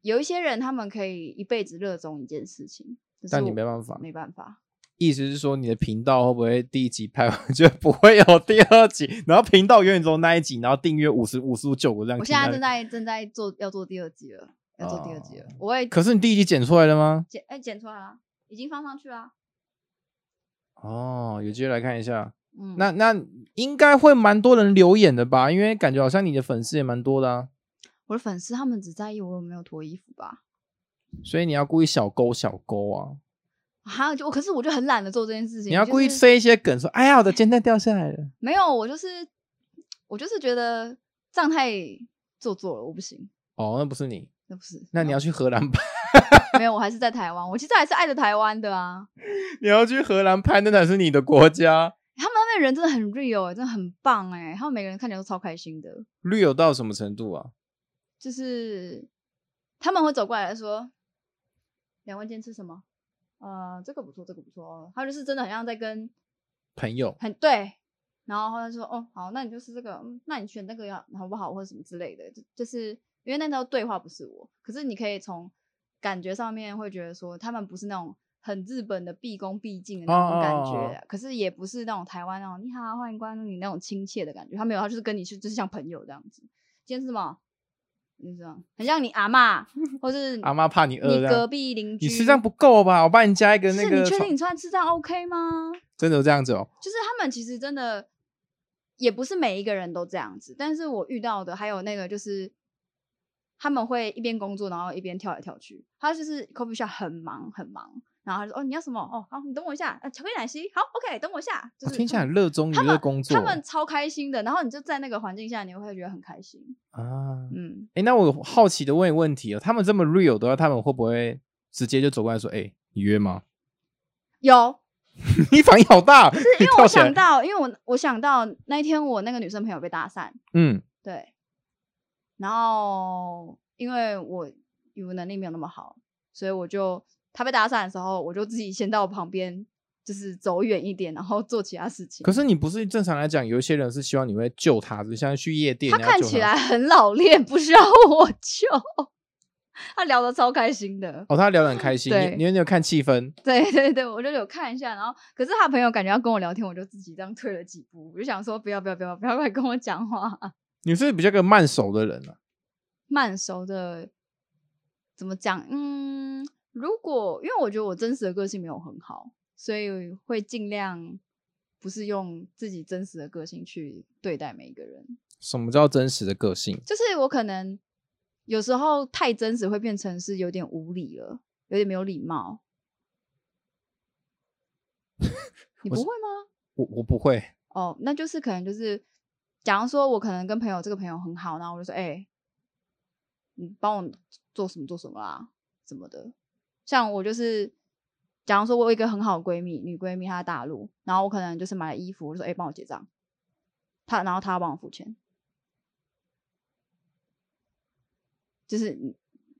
Speaker 2: 有一些人他们可以一辈子热衷一件事情，可是
Speaker 1: 但你
Speaker 2: 我
Speaker 1: 没办法
Speaker 2: 没办法，
Speaker 1: 意思是说，你的频道会不会第一集拍完 就不会有第二集？然后频道永远只有那一集，然后订阅五十五十九个这样。哦
Speaker 2: 我现在正，在正在做要做第二季了，要做第二季了，我会
Speaker 1: 可是你第一集剪出来了吗？
Speaker 2: 剪哎、剪出来了，已经放上去了，
Speaker 1: 哦，有机会来看一下。
Speaker 2: 嗯，
Speaker 1: 那那应该会蛮多人留言的吧？因为感觉好像你的粉丝也蛮多的啊，
Speaker 2: 我的粉丝他们只在意我有没有脱衣服吧。
Speaker 1: 所以你要故意小勾小勾啊，
Speaker 2: 还有就我，可是我就很懒得做这件事情。
Speaker 1: 你要
Speaker 2: 就
Speaker 1: 故意
Speaker 2: 是
Speaker 1: 塞一些梗说，哎呀，我的肩带掉下来了。
Speaker 2: 没有，我就是我就是觉得这样太做作了，我不行，
Speaker 1: 哦，那不是你，
Speaker 2: 那不是。
Speaker 1: 那你要去荷兰拍，
Speaker 2: 没有，我还是在台湾，我其实还是爱着台湾的啊。
Speaker 1: 你要去荷兰拍，那才是你的国家。
Speaker 2: 他们那边人真的很 real，、欸、真的很棒哎、他们每个人看起来都超开心的，
Speaker 1: 绿有到什么程度啊？
Speaker 2: 就是他们会走过来说：“两位今天吃什么？”呃，这个不错，这个不错哦。他就是真的很像在跟
Speaker 1: 朋友，
Speaker 2: 很对，然后他就说：“哦，好，那你就吃这个，嗯，那你选那个要好不好，或者什么之类的。就”就是因为那条对话不是我，可是你可以从感觉上面会觉得说，他们不是那种很日本的毕恭毕敬的那种感觉，啊
Speaker 1: 哦哦哦哦
Speaker 2: 可是也不是那种台湾那种“你好，欢迎光临”那种亲切的感觉。他没有，他就是跟你是就是像朋友这样子。今天是什么？就是这样，很像你阿嬷，或是
Speaker 1: 阿妈嗯怕你饿
Speaker 2: 你
Speaker 1: 这样
Speaker 2: 隔壁邻居。
Speaker 1: 你吃这样不够吧？我帮你加一个
Speaker 2: 就
Speaker 1: 那
Speaker 2: 是
Speaker 1: 个
Speaker 2: 你确
Speaker 1: 草，
Speaker 2: 定你穿吃这样 OK 吗？
Speaker 1: 真的有这样子哦。
Speaker 2: 就是他们其实真的也不是每一个人都这样子，但是我遇到的还有那个就是他们会一边工作然后一边跳来跳去，他就是 coffee shop 很忙很忙，然后他就说哦你要什么哦好你等我一下，呃巧克力奶昔好 OK 等我一下，就
Speaker 1: 我哦
Speaker 2: 是
Speaker 1: 听起来
Speaker 2: 他
Speaker 1: 很
Speaker 2: 们
Speaker 1: 热衷于
Speaker 2: 他
Speaker 1: 这
Speaker 2: 们
Speaker 1: 工作
Speaker 2: 他们超开心的，然后你就在那个环境下你会觉得很开心，
Speaker 1: 啊。
Speaker 2: 嗯，
Speaker 1: 哎，那我有好奇的问一个问题哦，他们这么 real 的话，他们会不会直接就走过来说：“哎，你约吗
Speaker 2: 有？”
Speaker 1: 你反应好大，
Speaker 2: 因
Speaker 1: 因
Speaker 2: 为我想，到，因为我我想到那一天我那个女生朋友被搭讪，
Speaker 1: 嗯，
Speaker 2: 对，然后因为我语文能力没有那么好，所以我就他被搭讪的时候，我就自己先到旁边，就是走远一点，然后做其他事情
Speaker 1: 可。是你不是正常来讲，有一些人是希望你会救他，就像去夜店，
Speaker 2: 他
Speaker 1: 你要
Speaker 2: 看
Speaker 1: 救
Speaker 2: 起来很老练，不需要我救。他聊得超开心的，
Speaker 1: 哦，他聊得很 开心，
Speaker 2: 对
Speaker 1: 你你有看气氛，
Speaker 2: 对对对，我就有看一下，然后可是他朋友感觉要跟我聊天，我就自己这样退了几步，我就想说不要不要不要不要快跟我讲话，
Speaker 1: 你是比较个慢熟的人啊。
Speaker 2: 慢熟的，怎么讲？嗯，如果因为我觉得我真实的个性没有很好，所以会尽量不是用自己真实的个性去对待每一个人。
Speaker 1: 什么叫真实的个性？
Speaker 2: 就是我可能有时候太真实会变成是有点无理了，有点没有礼貌。你
Speaker 1: 我
Speaker 2: 不
Speaker 1: 是
Speaker 2: 会吗？
Speaker 1: 我我不会，
Speaker 2: 哦，那就是可能就是，假如说我可能跟朋友这个朋友很好，然后我就说，哎、你帮我做什么做什么啊啦，什么的。像我就是，假如说我有一个很好的闺蜜，女闺蜜她在大陆，然后我可能就是买了衣服，我就说，哎、帮我结账，她然后她要帮我付钱，就是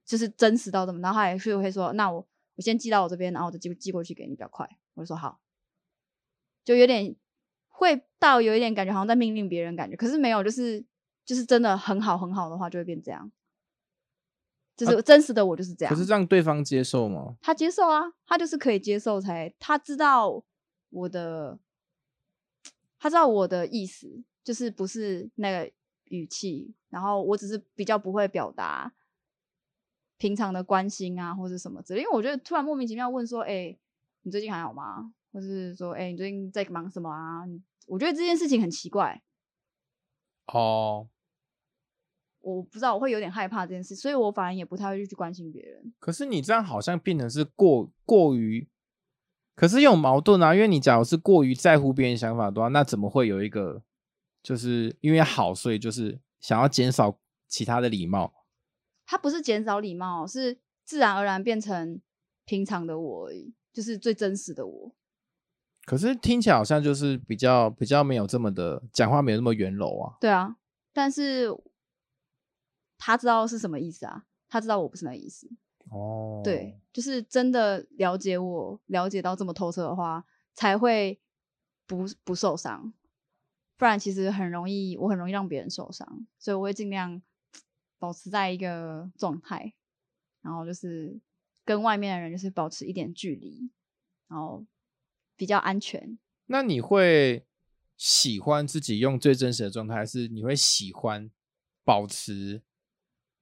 Speaker 2: 就是真实到这么，然后她也是会说，那我我先寄到我这边，然后我就寄寄过去给你比较快，我就说好，就有点会到有一点感觉好像在命令别人感觉，可是没有，就是就是真的很好很好的话就会变这样，就是真实的我就是这样。
Speaker 1: 啊可是让对方接受吗？
Speaker 2: 他接受啊，他就是可以接受才，他知道我的，他知道我的意思，就是不是那个语气，然后我只是比较不会表达平常的关心啊，或者什么之类。因为我觉得突然莫名其妙问说，哎、你最近还好吗？或是说，哎、你最近在忙什么啊？你我觉得这件事情很奇怪，
Speaker 1: 哦，
Speaker 2: 我不知道，我会有点害怕这件事，所以我反而也不太会去关心别人。
Speaker 1: 可是你这样好像变成是过过于，可是又有矛盾啊，因为你假如是过于在乎别人想法的话，那怎么会有一个就是因为好，所以就是想要减少其他的礼貌？
Speaker 2: 它不是减少礼貌，哦是自然而然变成平常的我而已，就是最真实的我。
Speaker 1: 可是听起来好像就是比较比较没有这么的讲话，没有那么圆柔啊。
Speaker 2: 对啊，但是他知道是什么意思啊？他知道我不是那个意思。
Speaker 1: 哦，
Speaker 2: 对，就是真的了解我，了解到这么透彻的话，才会不不受伤。不然其实很容易，我很容易让别人受伤，所以我会尽量保持在一个状态，然后就是跟外面的人就是保持一点距离，然后比较安全。
Speaker 1: 那你会喜欢自己用最真实的状态，还是你会喜欢保持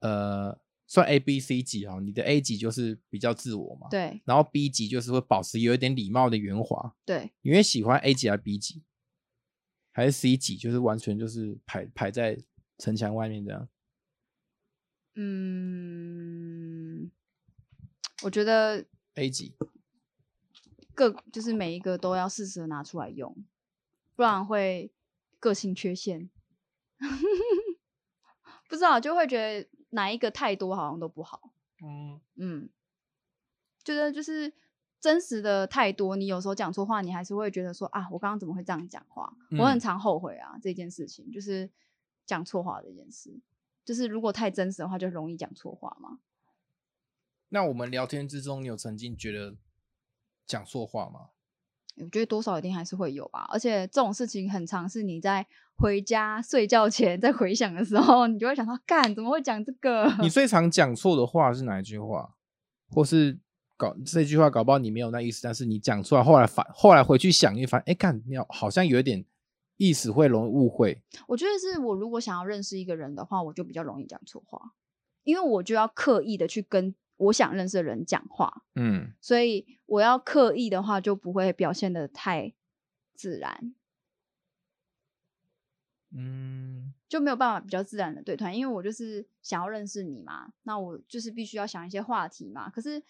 Speaker 1: 呃算 A B C 级哈？你的 A 级就是比较自我嘛，
Speaker 2: 对
Speaker 1: 然后 B 级就是会保持有一点礼貌的圆滑。
Speaker 2: 对，
Speaker 1: 你会喜欢 A 级还是 B 级，还是 C 级？就是完全就是排排在城墙外面这样。
Speaker 2: 嗯，我觉得
Speaker 1: A 级
Speaker 2: 各就是每一个都要适时的拿出来用，不然会个性缺陷。 不知道就会觉得哪一个太多好像都不好。
Speaker 1: 嗯，
Speaker 2: 嗯，觉得就是真实的太多，你有时候讲错话，你还是会觉得说啊，我刚刚怎么会这样讲话？我很
Speaker 1: 嗯
Speaker 2: 常后悔啊，这件事情就是讲错话这件事，就是如果太真实的话，就容易讲错话嘛。
Speaker 1: 那我们聊天之中，你有曾经觉得讲错话吗？
Speaker 2: 我觉得多少一定还是会有吧。而且这种事情很常是你在回家睡觉前在回想的时候，你就会想到，干怎么会讲这个？
Speaker 1: 你最常讲错的话是哪一句话？或是搞这句话搞不好你没有那意思，但是你讲出来，后来反后来回去想一番，哎，看你好好像有一点意思，会容易误会。
Speaker 2: 我觉得是我如果想要认识一个人的话，我就比较容易讲错话，因为我就要刻意的去跟我想认识的人讲话，
Speaker 1: 嗯，
Speaker 2: 所以我要刻意的话就不会表现的太自然，
Speaker 1: 嗯，
Speaker 2: 就没有办法比较自然的对谈，因为我就是想要认识你嘛，那我就是必须要想一些话题嘛。可是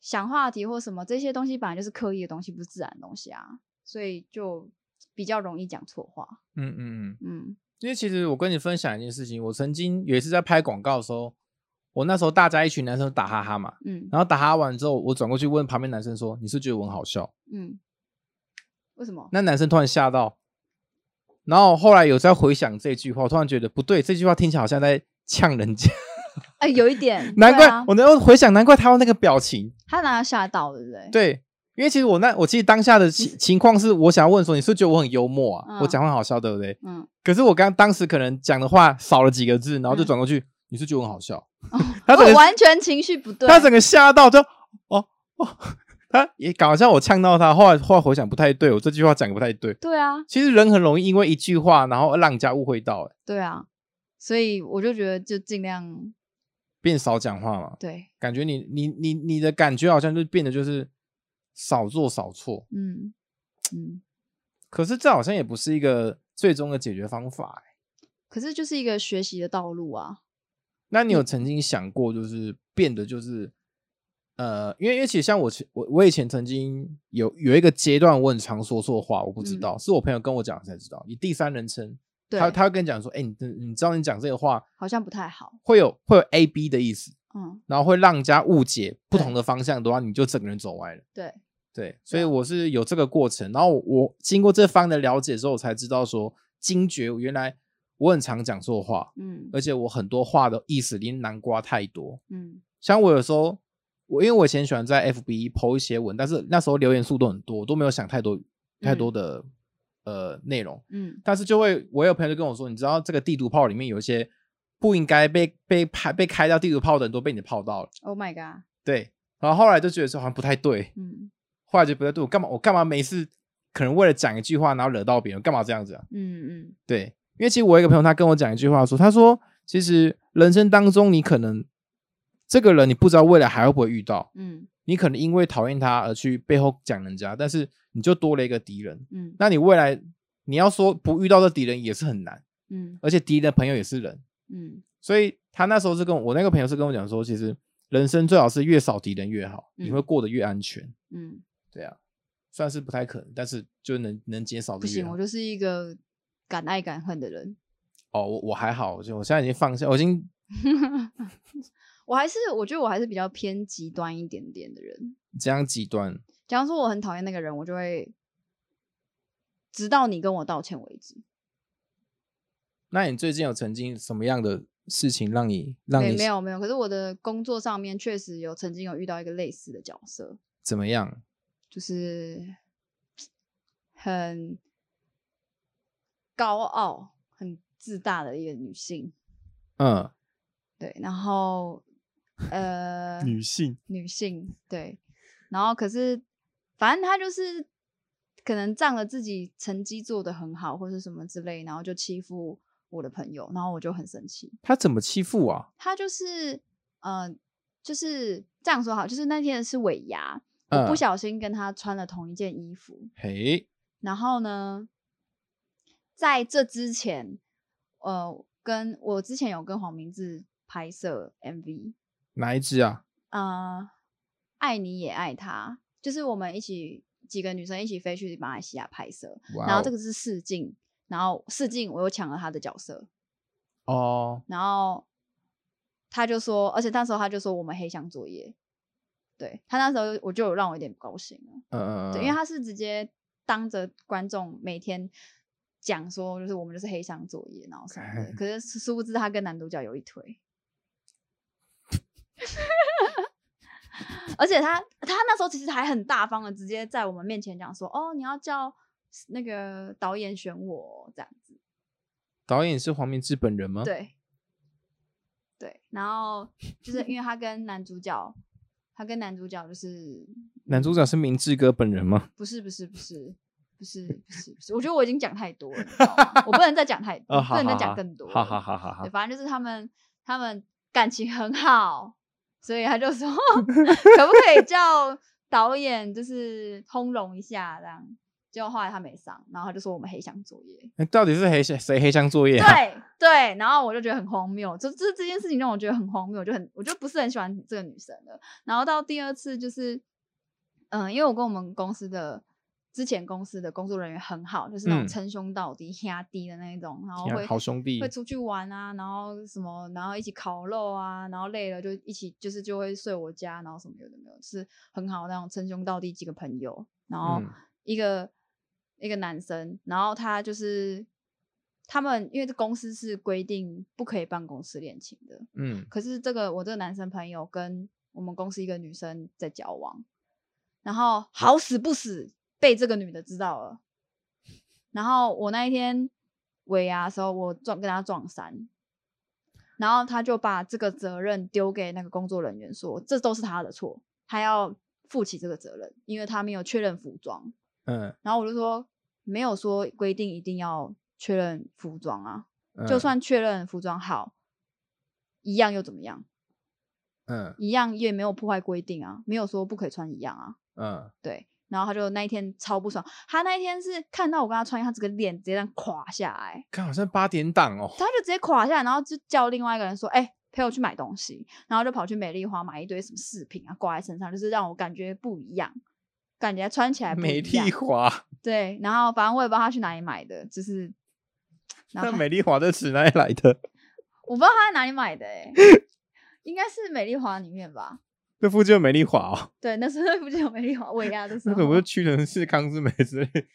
Speaker 2: 想话题或什么这些东西，本来就是刻意的东西，不是自然的东西啊，所以就比较容易讲错话。
Speaker 1: 嗯嗯嗯，
Speaker 2: 嗯，
Speaker 1: 因为其实我跟你分享一件事情，我曾经有一次在拍广告的时候，我那时候大家一群男生打哈哈嘛，
Speaker 2: 嗯
Speaker 1: 然后打哈哈完之后，我转过去问旁边男生说：“你是不是觉得我很好笑？”
Speaker 2: 嗯，为什么？
Speaker 1: 那男生突然吓到，然后后来有在回想这句话，我突然觉得不对，这句话听起来好像在呛人家。
Speaker 2: 哎、有一点
Speaker 1: ，难
Speaker 2: 对
Speaker 1: 怪、
Speaker 2: 啊、
Speaker 1: 我能够回想，难怪他用那个表情。
Speaker 2: 他拿吓到，对不对？，
Speaker 1: 对，因为其实我那我其实当下的情情况是，我想要问说，你是不是觉得我很幽默啊？我
Speaker 2: 嗯
Speaker 1: 讲话很好笑，对不对？
Speaker 2: 嗯，
Speaker 1: 可是我刚当时可能讲的话少了几个字，然后就
Speaker 2: 嗯哦
Speaker 1: 转过去，你是觉得我很好笑？他整
Speaker 2: 我
Speaker 1: 个
Speaker 2: 完全情绪不对，
Speaker 1: 他整个吓到就哦哦， 他也搞笑，我呛到他。后来后来回想不太对，我这句话讲得不太对。
Speaker 2: 对啊，
Speaker 1: 其实人很容易因为一句话，然后让人家误会到、欸
Speaker 2: 对啊，所以我就觉得就尽量
Speaker 1: 变少讲话嘛，
Speaker 2: 对，
Speaker 1: 感觉你你你你的感觉好像就变得就是少做少错，
Speaker 2: 嗯嗯。
Speaker 1: 可是这好像也不是一个最终的解决方法欸、
Speaker 2: 可是就是一个学习的道路啊，
Speaker 1: 那你有
Speaker 2: 嗯
Speaker 1: 曾经想过，就是变得就是呃，因为因为其实像我前我我以前曾经有有一个阶段，我很常说错话，我不知
Speaker 2: 嗯
Speaker 1: 道，是我朋友跟我讲才知道，以第三人称，
Speaker 2: 对，
Speaker 1: 他他会跟你讲说，哎、你这你知道你讲这个话
Speaker 2: 好像不太好，
Speaker 1: 会有会有 A B 的意思，
Speaker 2: 嗯，
Speaker 1: 然后会让人家误解不
Speaker 2: 对
Speaker 1: 同的方向的话，你就整个人走歪了。
Speaker 2: 对，
Speaker 1: 对，所以我是有这个过程，然后我我经过这方的了解之后，我才知道说惊觉原来我很常讲错话，
Speaker 2: 嗯
Speaker 1: 而且我很多话的意思连南瓜太多。
Speaker 2: 嗯
Speaker 1: 像我有时候，我因为我以前喜欢在 FB 剖一些文，但是那时候留言数都很多，我都没有想太多太多的呃内容，
Speaker 2: 嗯，
Speaker 1: 但是就会我有朋友就跟我说，你知道这个地图炮里面有一些不应该被被拍被开到地图炮的人都被你炮到了，
Speaker 2: Oh my god，
Speaker 1: 对，然后后来就觉得说好像不太对，
Speaker 2: 嗯
Speaker 1: 后来就不太对，我干嘛我干嘛每次可能为了讲一句话然后惹到别人，干嘛这样子啊？
Speaker 2: 嗯嗯，
Speaker 1: 对，因为其实我有一个朋友，他跟我讲一句话说，他说其实人生当中你可能这个人你不知道未来还会不会遇到，
Speaker 2: 嗯
Speaker 1: 你可能因为讨厌他而去背后讲人家，但是你就多了一个敌人，
Speaker 2: 嗯
Speaker 1: 那你未来你要说不遇到这敌人也是很难，
Speaker 2: 嗯
Speaker 1: 而且敌人的朋友也是人，
Speaker 2: 嗯
Speaker 1: 所以他那时候是跟我我那个朋友是跟我讲说，其实人生最好是越少敌人越好，你
Speaker 2: 嗯
Speaker 1: 会过得越安全，
Speaker 2: 嗯，
Speaker 1: 对啊，虽然是不太可能，但是就能能减少
Speaker 2: 不
Speaker 1: 的越
Speaker 2: 行，
Speaker 1: 好
Speaker 2: 我。就是一个敢爱敢恨的人。
Speaker 1: 哦，我我还好，我就我现在已经放下，我已经
Speaker 2: 我还是我觉得我还是比较偏极端一点点的人。
Speaker 1: 这样极端。
Speaker 2: 假如说我很讨厌那个人，我就会直到你跟我道歉为止。
Speaker 1: 那你最近有曾经什么样的事情让你让
Speaker 2: 对，
Speaker 1: 你
Speaker 2: 没有没有。可是我的工作上面确实有曾经有遇到一个类似的角色，
Speaker 1: 怎么样？
Speaker 2: 就是很高傲、很自大的一个女性。
Speaker 1: 嗯，
Speaker 2: 对，然后呃，
Speaker 1: 性
Speaker 2: 女性，对。然后可是，反正她就是可能仗着自己成绩做得很好或是什么之类，然后就欺负我的朋友，然后我就很生气。
Speaker 1: 他怎么欺负啊？
Speaker 2: 她就是，呃，就是这样说好，就是那天是尾牙，我不
Speaker 1: 嗯
Speaker 2: 小心跟她穿了同一件衣服，
Speaker 1: 嘿，
Speaker 2: 然后呢，在这之前，呃，跟我之前有跟黄明志拍摄 MV，
Speaker 1: 哪一只啊？
Speaker 2: 呃，爱你也爱他，就是我们一起几个女生一起飞去马来西亚拍摄，
Speaker 1: 哇
Speaker 2: 然后
Speaker 1: 哦
Speaker 2: 这个是试镜，然后试镜我又抢了他的角色，
Speaker 1: 哦，
Speaker 2: 然后他就说，而且那时候他就说我们黑箱作业，对他那时候我就有让我有点不高兴了，
Speaker 1: 嗯嗯，
Speaker 2: 对，因为
Speaker 1: 嗯
Speaker 2: 他是直接当着观众每天。讲说就是我们就是黑箱作业，然后什么的，可是殊不知他跟男主角有一腿，而且他他那时候其实还很大方的，直接在我们面前讲说：“哦，你要叫那个导演选我这样子。
Speaker 1: 导演是黄明志本人吗？，
Speaker 2: 对，对。然后就是因为他跟男主角，他跟男主角就是
Speaker 1: 男主角是明志哥本人吗？
Speaker 2: 不是不是不是不是不是不是，我觉得我已经讲太多了，你知道吗我不能再讲太，
Speaker 1: 哦，
Speaker 2: 不
Speaker 1: 好
Speaker 2: 能再
Speaker 1: 好
Speaker 2: 讲
Speaker 1: 好
Speaker 2: 更多了。
Speaker 1: 好好好好好
Speaker 2: 对，，反正就是他们他们感情很好，所以他就 说可不可以叫导演就是通融一下这样。结果后来他没上，然后他就说我们黑箱作业。
Speaker 1: 那到底是黑箱谁黑箱作业啊？
Speaker 2: 对对，然后我就觉得很荒谬，就这这件事情让我觉得很荒谬，我就很我就不是很喜欢这个女生了。然后到第二次就是，嗯、因为我跟我们公司的之前公司的工作人员很好，就是那种
Speaker 1: 嗯
Speaker 2: 称兄道弟、压低的那一种，然后
Speaker 1: 天啊
Speaker 2: 会
Speaker 1: 好兄弟
Speaker 2: 会出去玩啊，然后什么，然后一起烤肉啊，然后累了就一起就是就会睡我家，然后什么有的没有，是很好那种称兄道弟几个朋友，然后
Speaker 1: 嗯
Speaker 2: 一个、一个男生，然后他就是他们因为这公司是规定不可以办公室恋情的，
Speaker 1: 嗯，
Speaker 2: 可是这个我这个男生朋友跟我们公司一个女生在交往，然后好死不死被这个女的知道了，然后我那一天尾牙的时候，我撞跟他撞衫，然后他就把这个责任丢给那个工作人员说，这都是他的错，他要负起这个责任，因为他没有确认服装。
Speaker 1: 嗯
Speaker 2: 然后我就说没有说规定一定要确认服装啊，
Speaker 1: 嗯，
Speaker 2: 就算确认服装好，一样又怎么样？
Speaker 1: 嗯
Speaker 2: 一样也没有破坏规定啊，没有说不可以穿一样啊。
Speaker 1: 嗯，
Speaker 2: 对，然后他就那一天超不爽，他那一天是看到我跟他穿，他整个脸直接这样垮下来，
Speaker 1: 看好像八点档哦，
Speaker 2: 他就直接垮下来，然后就叫另外一个人说：“哎、陪我去买东西。”然后就跑去美丽华买一堆什么饰品啊，挂在身上，就是让我感觉不一样，感觉穿起来不
Speaker 1: 美
Speaker 2: 一
Speaker 1: 丽
Speaker 2: 样
Speaker 1: 华，
Speaker 2: 对，然后反正我也不知道他去哪里买的，就是，然
Speaker 1: 那
Speaker 2: 后他
Speaker 1: 美丽华的词哪里来的？
Speaker 2: 我不知道他在哪里买的、欸，应该是美丽华里面吧？
Speaker 1: 那附近有美丽华哦。
Speaker 2: 对，那时候不就有美丽华尾牙的时
Speaker 1: 那
Speaker 2: 候，
Speaker 1: 可不是屈臣氏、康之美之类？
Speaker 2: 他去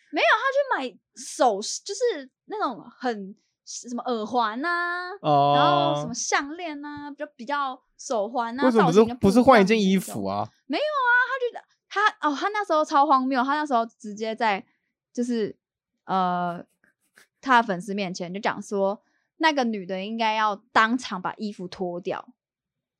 Speaker 2: 买首饰，就是那种很什么耳环呐、
Speaker 1: 哦，
Speaker 2: 然后什么项链呐、比较比较手环呐、
Speaker 1: 为什么不
Speaker 2: 造型
Speaker 1: 是
Speaker 2: 就
Speaker 1: 不是换一件
Speaker 2: 样的
Speaker 1: 衣
Speaker 2: 那种
Speaker 1: 服？啊？
Speaker 2: 没有啊，他就他哦，他那时候超荒谬，他那时候直接在就是呃他的粉丝面前就讲说，那个女的应该要当场把衣服脱掉。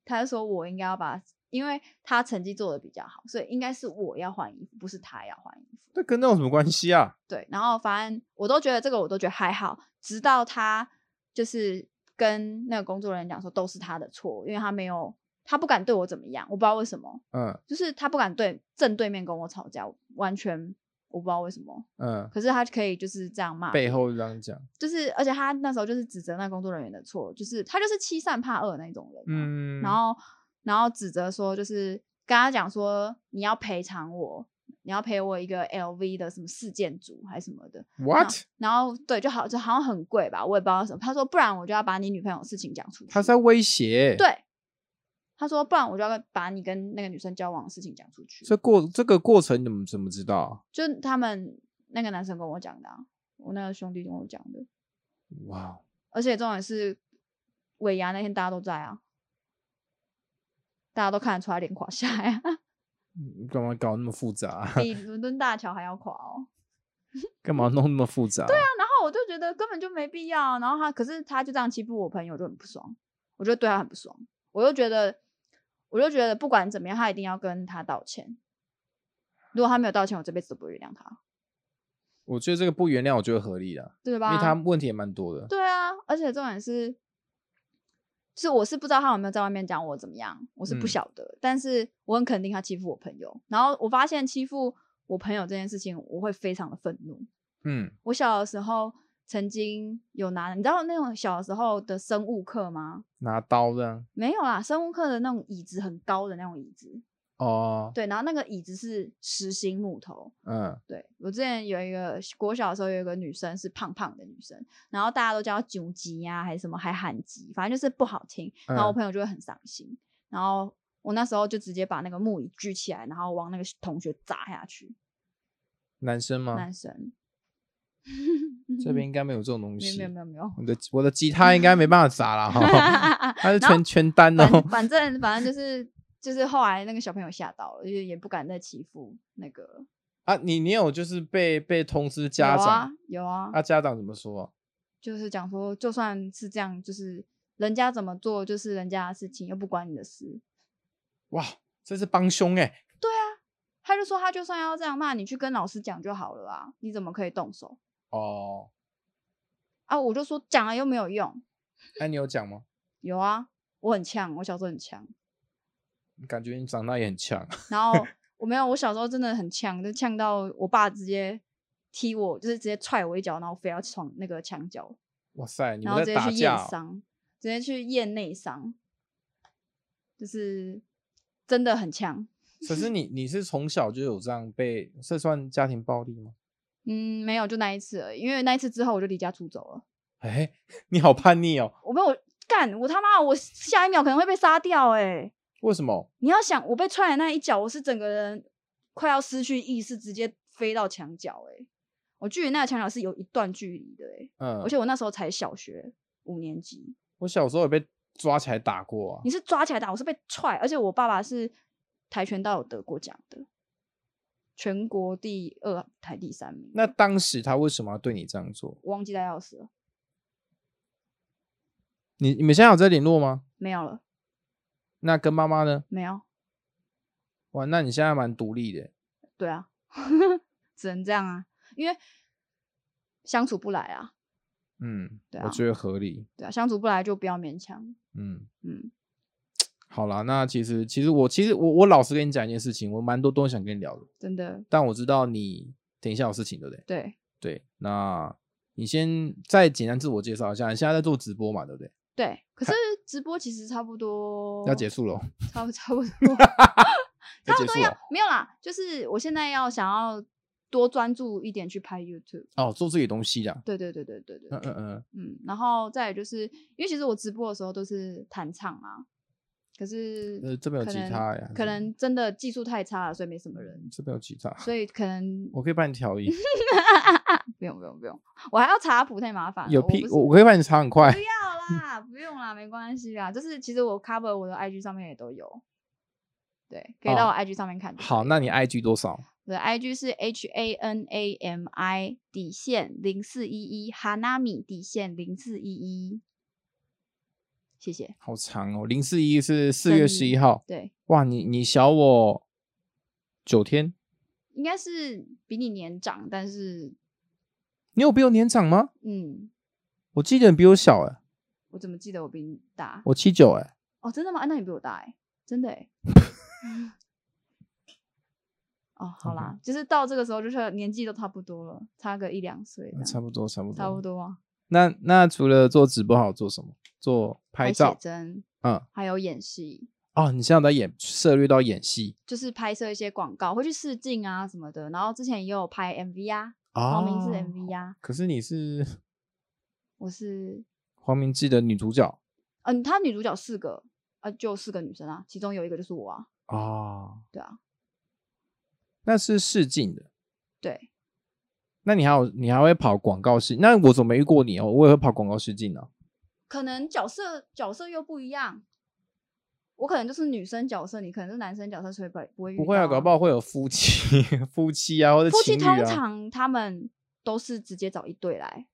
Speaker 2: 他就说我应该要把，因为他成绩做的比较好，所以应该是我要换衣服，不是他要换衣服。
Speaker 1: 那跟那有什么关系啊？
Speaker 2: 对，然后反正我都觉得这个我都觉得还好，直到他就是跟那个工作人员讲说都是他的错，因为他没有他不敢对我怎么样，我不知道为什么，
Speaker 1: 嗯
Speaker 2: 就是他不敢对正对面跟我吵架，完全我不知道为什么，
Speaker 1: 嗯，
Speaker 2: 可是他可以就是这样骂，
Speaker 1: 背后这样讲，
Speaker 2: 就是而且他那时候就是指责那工作人员的错，就是他就是欺善怕恶那种人、嗯。
Speaker 1: 嗯，
Speaker 2: 然后然后指责说，就是跟他讲说你要赔偿我，你要赔我一个 LV 的什么事件组还是什么的，
Speaker 1: what
Speaker 2: 然后对，就好就好像很贵吧，我也不知道什么。他说不然我就要把你女朋友的事情讲出去，
Speaker 1: 他是在威胁，，
Speaker 2: 对，他说不然我就要把你跟那个女生交往的事情讲出去，
Speaker 1: 这过这个过程你怎么怎么知道啊？
Speaker 2: 就他们那个男生跟我讲的、啊，我那个兄弟跟我讲的，
Speaker 1: 哇，
Speaker 2: 而且重点是尾牙那天大家都在啊。大家都看得出来脸垮下来、 啊，
Speaker 1: 你干嘛搞那么复杂啊？
Speaker 2: 比伦敦大桥还要垮哦。
Speaker 1: 干嘛弄那么复杂？对啊，
Speaker 2: 然后我就觉得根本就没必要。啊然后他，可是他就这样欺负我朋友，就很不爽。我就对他很不爽，我就觉得，我就觉得不管怎么样，他一定要跟他道歉。如果他没有道歉，我这辈子都不会原谅他，
Speaker 1: 我觉得这个不原谅，我觉得合理的，
Speaker 2: 对
Speaker 1: 因
Speaker 2: 吧？
Speaker 1: 为他问题也蛮多的。
Speaker 2: 对啊，而且重点是，就是我是不知道他有没有在外面讲我怎么样，我是
Speaker 1: 嗯
Speaker 2: 不晓得，但是我很肯定他欺负我朋友。然后我发现欺负我朋友这件事情，我会非常的愤怒。
Speaker 1: 嗯，
Speaker 2: 我小的时候曾经有拿，你知道那种小的时候的生物课吗？
Speaker 1: 拿刀这样
Speaker 2: 没有啦，生物课的那种椅子很高的那种椅子，
Speaker 1: 哦，
Speaker 2: 对，然后那个椅子是实心木头。
Speaker 1: 嗯，
Speaker 2: 对我之前有一个国小的时候有一个女生是胖胖的女生，然后大家都叫她九级呀、还是什么，还喊级，反正就是不好听，然后我
Speaker 1: 嗯
Speaker 2: 朋友就会很伤心，然后我那时候就直接把那个木椅举起来，然后往那个同学砸下去，
Speaker 1: 男生吗？
Speaker 2: 男生。
Speaker 1: 嗯这边应该没有这种东
Speaker 2: 没有
Speaker 1: 西。
Speaker 2: 没有没有 没有，
Speaker 1: 我的我的吉他应该没办法砸了 哈，他是
Speaker 2: 然后
Speaker 1: 全全单哦。
Speaker 2: 反反正反正就是就是后来那个小朋友吓到了，就是也不敢再欺负那个
Speaker 1: 啊，你你有就是被被通知家长
Speaker 2: 有啊有啊，
Speaker 1: 啊？家长怎么说？
Speaker 2: 就是讲说就算是这样，就是人家怎么做就是人家的事情，又不关你的事。
Speaker 1: 哇，这是帮凶哎、
Speaker 2: 他就说他就算要这样骂你，去跟老师讲就好了啊，你怎么可以动手
Speaker 1: 哦，
Speaker 2: 啊？我就说讲了又没有用，
Speaker 1: 那、你有讲吗？
Speaker 2: 有啊，我很强，我小时候很强，
Speaker 1: 感觉你长大也很强，
Speaker 2: 然 后我没有，我小时候真的很呛，就呛到我爸直接踢我，就是直接踹我一脚，然后非要闯那个墙角。
Speaker 1: 哇塞，你
Speaker 2: 然后
Speaker 1: 们
Speaker 2: 直
Speaker 1: 在
Speaker 2: 接
Speaker 1: 打
Speaker 2: 去验
Speaker 1: 架哦、
Speaker 2: 伤，直接去验内伤，就是真的很强。
Speaker 1: 可是你你是从小就有这样被，这算家庭暴力吗？
Speaker 2: 嗯，没有，就那一次而已。因为那一次之后，我就离家出走了。
Speaker 1: 哎、你好叛逆哦！
Speaker 2: 我被我干，我他妈，我下一秒可能会被杀掉哎、
Speaker 1: 为什么？
Speaker 2: 你要想，我被踹的那一脚，我是整个人快要失去意识，直接飞到墙角哎、我距离那个墙角是有一段距离的哎、
Speaker 1: 嗯，
Speaker 2: 而且我那时候才小学五年级。
Speaker 1: 我小时候也被抓起来打过啊
Speaker 2: 你。是抓起来打，我是被踹，而且我爸爸是跆拳道有得过奖的，全国第二还第三名，
Speaker 1: 那当时他为什么要对你这样做？
Speaker 2: 我忘记带钥匙了，
Speaker 1: 你你们现在有在联络吗？
Speaker 2: 没有了，
Speaker 1: 那跟妈妈呢？
Speaker 2: 没有，
Speaker 1: 哇，那你现在蛮独立的欸。
Speaker 2: 对啊， 只能这样啊，因为相处不来啊，
Speaker 1: 嗯，
Speaker 2: 对
Speaker 1: 我
Speaker 2: 啊
Speaker 1: 觉得合理。
Speaker 2: 对啊，相处不来就不要勉强，
Speaker 1: 嗯，
Speaker 2: 嗯，
Speaker 1: 好啦，那其实其实我其实我我老实跟你讲一件事情，我蛮多东西想跟你聊的，
Speaker 2: 真的，
Speaker 1: 但我知道你等一下有事情，对不对？
Speaker 2: 对
Speaker 1: 对，那你先再简单自我介绍一下，你现在在做直播嘛，对不对？
Speaker 2: 对，可是直播其实差不多
Speaker 1: 要结，束 了哦，
Speaker 2: 差不差不多。
Speaker 1: 要
Speaker 2: 差
Speaker 1: 结
Speaker 2: 不多
Speaker 1: 束
Speaker 2: 要
Speaker 1: 了
Speaker 2: 没有啦，就是我现在要想要多专注一点去拍 YouTube。
Speaker 1: 哦，哦做自己的东西啦。
Speaker 2: 对对对对对对
Speaker 1: 嗯嗯嗯，
Speaker 2: 嗯，然后再来就是因为其实我直播的时候都是弹唱啊，可是
Speaker 1: 呃这边有
Speaker 2: 可
Speaker 1: 吉
Speaker 2: 能
Speaker 1: 他呀这
Speaker 2: 可能真的技术太差了，所以没什么人，
Speaker 1: 嗯这边有吉他，
Speaker 2: 所以可能
Speaker 1: 我可以帮你调 音，
Speaker 2: 不用不用不用，我还要查谱太麻烦了，
Speaker 1: 有
Speaker 2: 我
Speaker 1: 屁
Speaker 2: 不是
Speaker 1: 我哎我可以帮你查很快
Speaker 2: 不。啊要啦，不用啦，没关系啦，就是其实我 cover 我的 IG 上面也都有，对，可以到我 IG 上面看就可以了。
Speaker 1: 哦好，那你 IG 多少？
Speaker 2: 我的 IG 是 H A N A M I 底线零四一一哈纳米底线零四一一，谢谢。
Speaker 1: 好长哦，零四一是四
Speaker 2: 生
Speaker 1: 月
Speaker 2: 日
Speaker 1: 十一号。
Speaker 2: 对，
Speaker 1: 哇，你你小我九天，
Speaker 2: 应该是比你年长，但是
Speaker 1: 你有比我年长吗？
Speaker 2: 嗯，
Speaker 1: 我记得你比我小哎、
Speaker 2: 我怎么记得我比你大？
Speaker 1: 我七九哎，
Speaker 2: 哦，真的吗？啊那你比我大哎、真的哎、哦，好啦就是到这个时候，就是年纪都差不多了，差个一两岁这样，
Speaker 1: 嗯差不多，差不多，
Speaker 2: 差不。多啊。
Speaker 1: 那那除了做直播，还有做什么？做拍
Speaker 2: 还
Speaker 1: 照
Speaker 2: 写，真，
Speaker 1: 嗯，
Speaker 2: 还有演戏，
Speaker 1: 哦，你现在有在演，涉猎到演戏
Speaker 2: 就是拍摄一些广告，会去试镜啊什么的。然后之前也有拍 MV 啊，
Speaker 1: 啊
Speaker 2: 黄明志 MV 啊，
Speaker 1: 可是你是
Speaker 2: 我是
Speaker 1: 黄明志的女主角
Speaker 2: 嗯、她女主角四个，呃，就四个女生啊，其中有一个就是我啊，
Speaker 1: 啊、
Speaker 2: 对啊，
Speaker 1: 那是试镜的。
Speaker 2: 对，
Speaker 1: 那你还有你还会跑广告试？那我怎么没遇过你哦？我也会跑广告试镜呢、啊
Speaker 2: 可能角色角色又不一样，我可能就是女生角色，你可能是男生角色，所以不不会遇
Speaker 1: 不会啊，
Speaker 2: 到
Speaker 1: 搞不好会有夫妻 夫妻啊，或者
Speaker 2: 夫
Speaker 1: 情
Speaker 2: 妻
Speaker 1: 侣啊。
Speaker 2: 通常他们都是直接找一对来，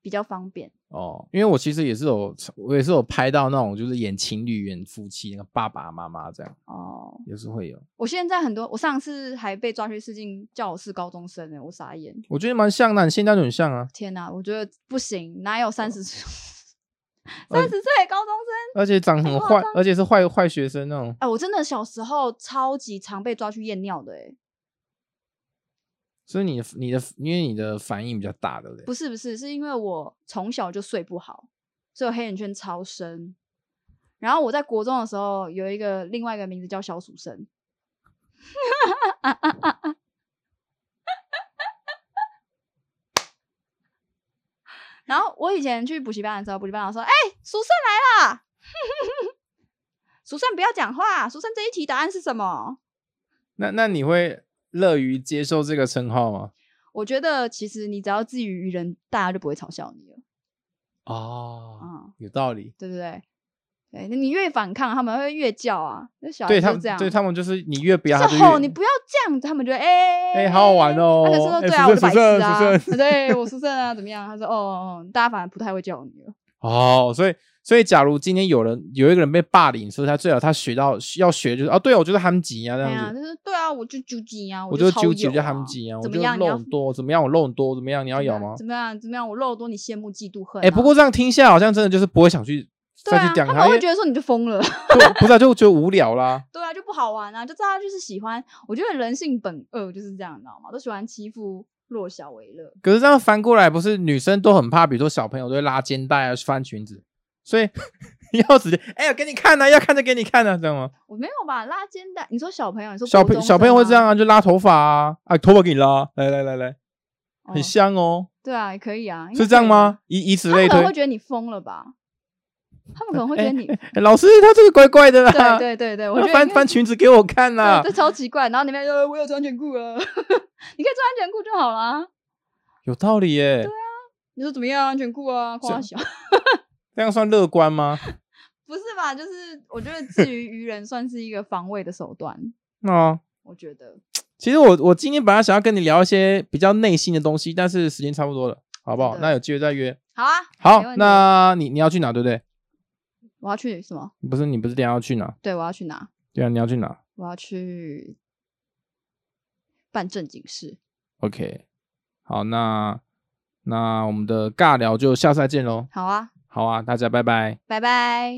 Speaker 2: 比较方便。
Speaker 1: 哦，因为我其实也是有，我也是有拍到那种就是演情侣、演夫妻，那个爸爸妈妈这样，
Speaker 2: 哦，
Speaker 1: 也是会有。
Speaker 2: 我现在很多，我上次还被抓去试镜，叫我是高中生欸呢、我傻眼。
Speaker 1: 我觉得蛮像的，你现在就很像啊。
Speaker 2: 天哪，我觉得不行，哪有三十岁？
Speaker 1: 呃
Speaker 2: 三十岁高中生？
Speaker 1: 而且长很
Speaker 2: 太
Speaker 1: 坏
Speaker 2: 夸张，
Speaker 1: 而且是坏坏学生那种，
Speaker 2: 哎、我真的小时候超级常被抓去验尿的、欸，
Speaker 1: 所以你的你的因为你的反应比较大，对不对？
Speaker 2: 不是不是，是因为我从小就睡不好，所以我黑眼圈超深。然后我在国中的时候有一个另外一个名字叫小鼠生，然后我以前去补习班的时候，补习班老师说：“哎、鼠生来啦！ 鼠生不要讲话，鼠生这一题答案是什么？”
Speaker 1: 那那你会乐于接受这个称号吗？
Speaker 2: 我觉得其实你只要自己于人，大家就不会嘲笑你了。
Speaker 1: 哦，
Speaker 2: 嗯，
Speaker 1: 有道理。
Speaker 2: 对不对？对，你越反抗，他们会越叫啊。那小孩
Speaker 1: 对
Speaker 2: 子
Speaker 1: 他
Speaker 2: 就
Speaker 1: 们
Speaker 2: 这样，，
Speaker 1: 对他们就是你越不要，他
Speaker 2: 就是
Speaker 1: 就
Speaker 2: 吼
Speaker 1: 越
Speaker 2: 你不要这样，他们就会哎
Speaker 1: 哎好好玩哦
Speaker 2: 他就说
Speaker 1: 哎
Speaker 2: 对啊，
Speaker 1: 淑
Speaker 2: 我是白痴
Speaker 1: 正淑
Speaker 2: 啊
Speaker 1: 正淑，正
Speaker 2: 对我是正啊，怎么样？他说哦哦，哦大家反而不太会叫你了。
Speaker 1: 哦，所以所以假如今天有人有一个人被霸凌，所以他最好他学到要学就是啊，对啊，我就是他们急啊这
Speaker 2: 对
Speaker 1: 样
Speaker 2: 啊，
Speaker 1: 子。
Speaker 2: 就是对啊，我就纠结啊，
Speaker 1: 我
Speaker 2: 就超
Speaker 1: 纠结，
Speaker 2: 有
Speaker 1: 我就
Speaker 2: 啊
Speaker 1: 他们急啊，我
Speaker 2: 怎
Speaker 1: 就
Speaker 2: 么样？你
Speaker 1: 肉
Speaker 2: 要
Speaker 1: 很多，怎么样？我肉很多，怎么样？你要
Speaker 2: 怎么
Speaker 1: 咬
Speaker 2: 样
Speaker 1: 吗？
Speaker 2: 怎么样？怎么样？我肉多，你羡慕嫉妒恨啊。
Speaker 1: 哎，不过这样听下来好像真的就是不会想去
Speaker 2: 对
Speaker 1: 再
Speaker 2: 啊
Speaker 1: 去，讲
Speaker 2: 他们
Speaker 1: 因
Speaker 2: 会
Speaker 1: 为
Speaker 2: 觉得说你就疯了。
Speaker 1: 就不是啊就觉得无聊啦。
Speaker 2: 对啊，就不好玩啊，就大家就是喜欢，我觉得人性本恶就是这样，你知道吗？都喜欢欺负弱小为乐。
Speaker 1: 可是这样翻过来，不是女生都很怕，比如说小朋友都会拉肩带啊，翻裙子，所以 要直接哎呀给你看呐、要看就给你看呐、啊，知道吗？
Speaker 2: 我没有吧？拉肩带？你说小朋友？你说
Speaker 1: 小
Speaker 2: 国
Speaker 1: 朋
Speaker 2: 中
Speaker 1: 小朋友会
Speaker 2: 生
Speaker 1: 这样
Speaker 2: 吗？
Speaker 1: 啊，就拉头发啊，啊头发给你拉，来来来来，
Speaker 2: 哦
Speaker 1: 很香哦，
Speaker 2: 对啊，也可以啊，应该
Speaker 1: 是这样
Speaker 2: 可以啊
Speaker 1: 吗？？以以此
Speaker 2: 他们
Speaker 1: 类
Speaker 2: 可
Speaker 1: 推
Speaker 2: 能会。觉得你疯了吧？他们可能会 觉得你，
Speaker 1: 哎老师他这个怪怪的啦，
Speaker 2: 对对对对，我
Speaker 1: 他
Speaker 2: 觉得
Speaker 1: 翻啊
Speaker 2: 应该
Speaker 1: 翻裙子给我看
Speaker 2: 对
Speaker 1: 呐、
Speaker 2: 这超奇怪。然后你们就呃我有穿安全裤了， 你可以穿安全裤就好啦。
Speaker 1: 有道理耶，
Speaker 2: 啊你说怎么样？安全裤啊，夸小，
Speaker 1: 这样算乐观吗？
Speaker 2: 不是吧？就是我觉得至于愚人算是一个防卫的手段，
Speaker 1: 哦，
Speaker 2: 我觉得
Speaker 1: 其实我我今天本来想要跟你聊一些比较内心的东西，但是时间差不多了，好不好？
Speaker 2: 真的
Speaker 1: 那有机会再约。
Speaker 2: 好啊。
Speaker 1: 好
Speaker 2: 没问，题
Speaker 1: 那你你要去哪，对不对？
Speaker 2: 我要去什么？
Speaker 1: 不是你不是等一下要去哪？
Speaker 2: 对，我要去哪？
Speaker 1: 对啊，你要去哪
Speaker 2: 我要去办正经事。
Speaker 1: ？OK，好，那那我们的尬聊就下次再见喽。
Speaker 2: 好啊，
Speaker 1: 好啊，大家拜拜。
Speaker 2: 拜拜。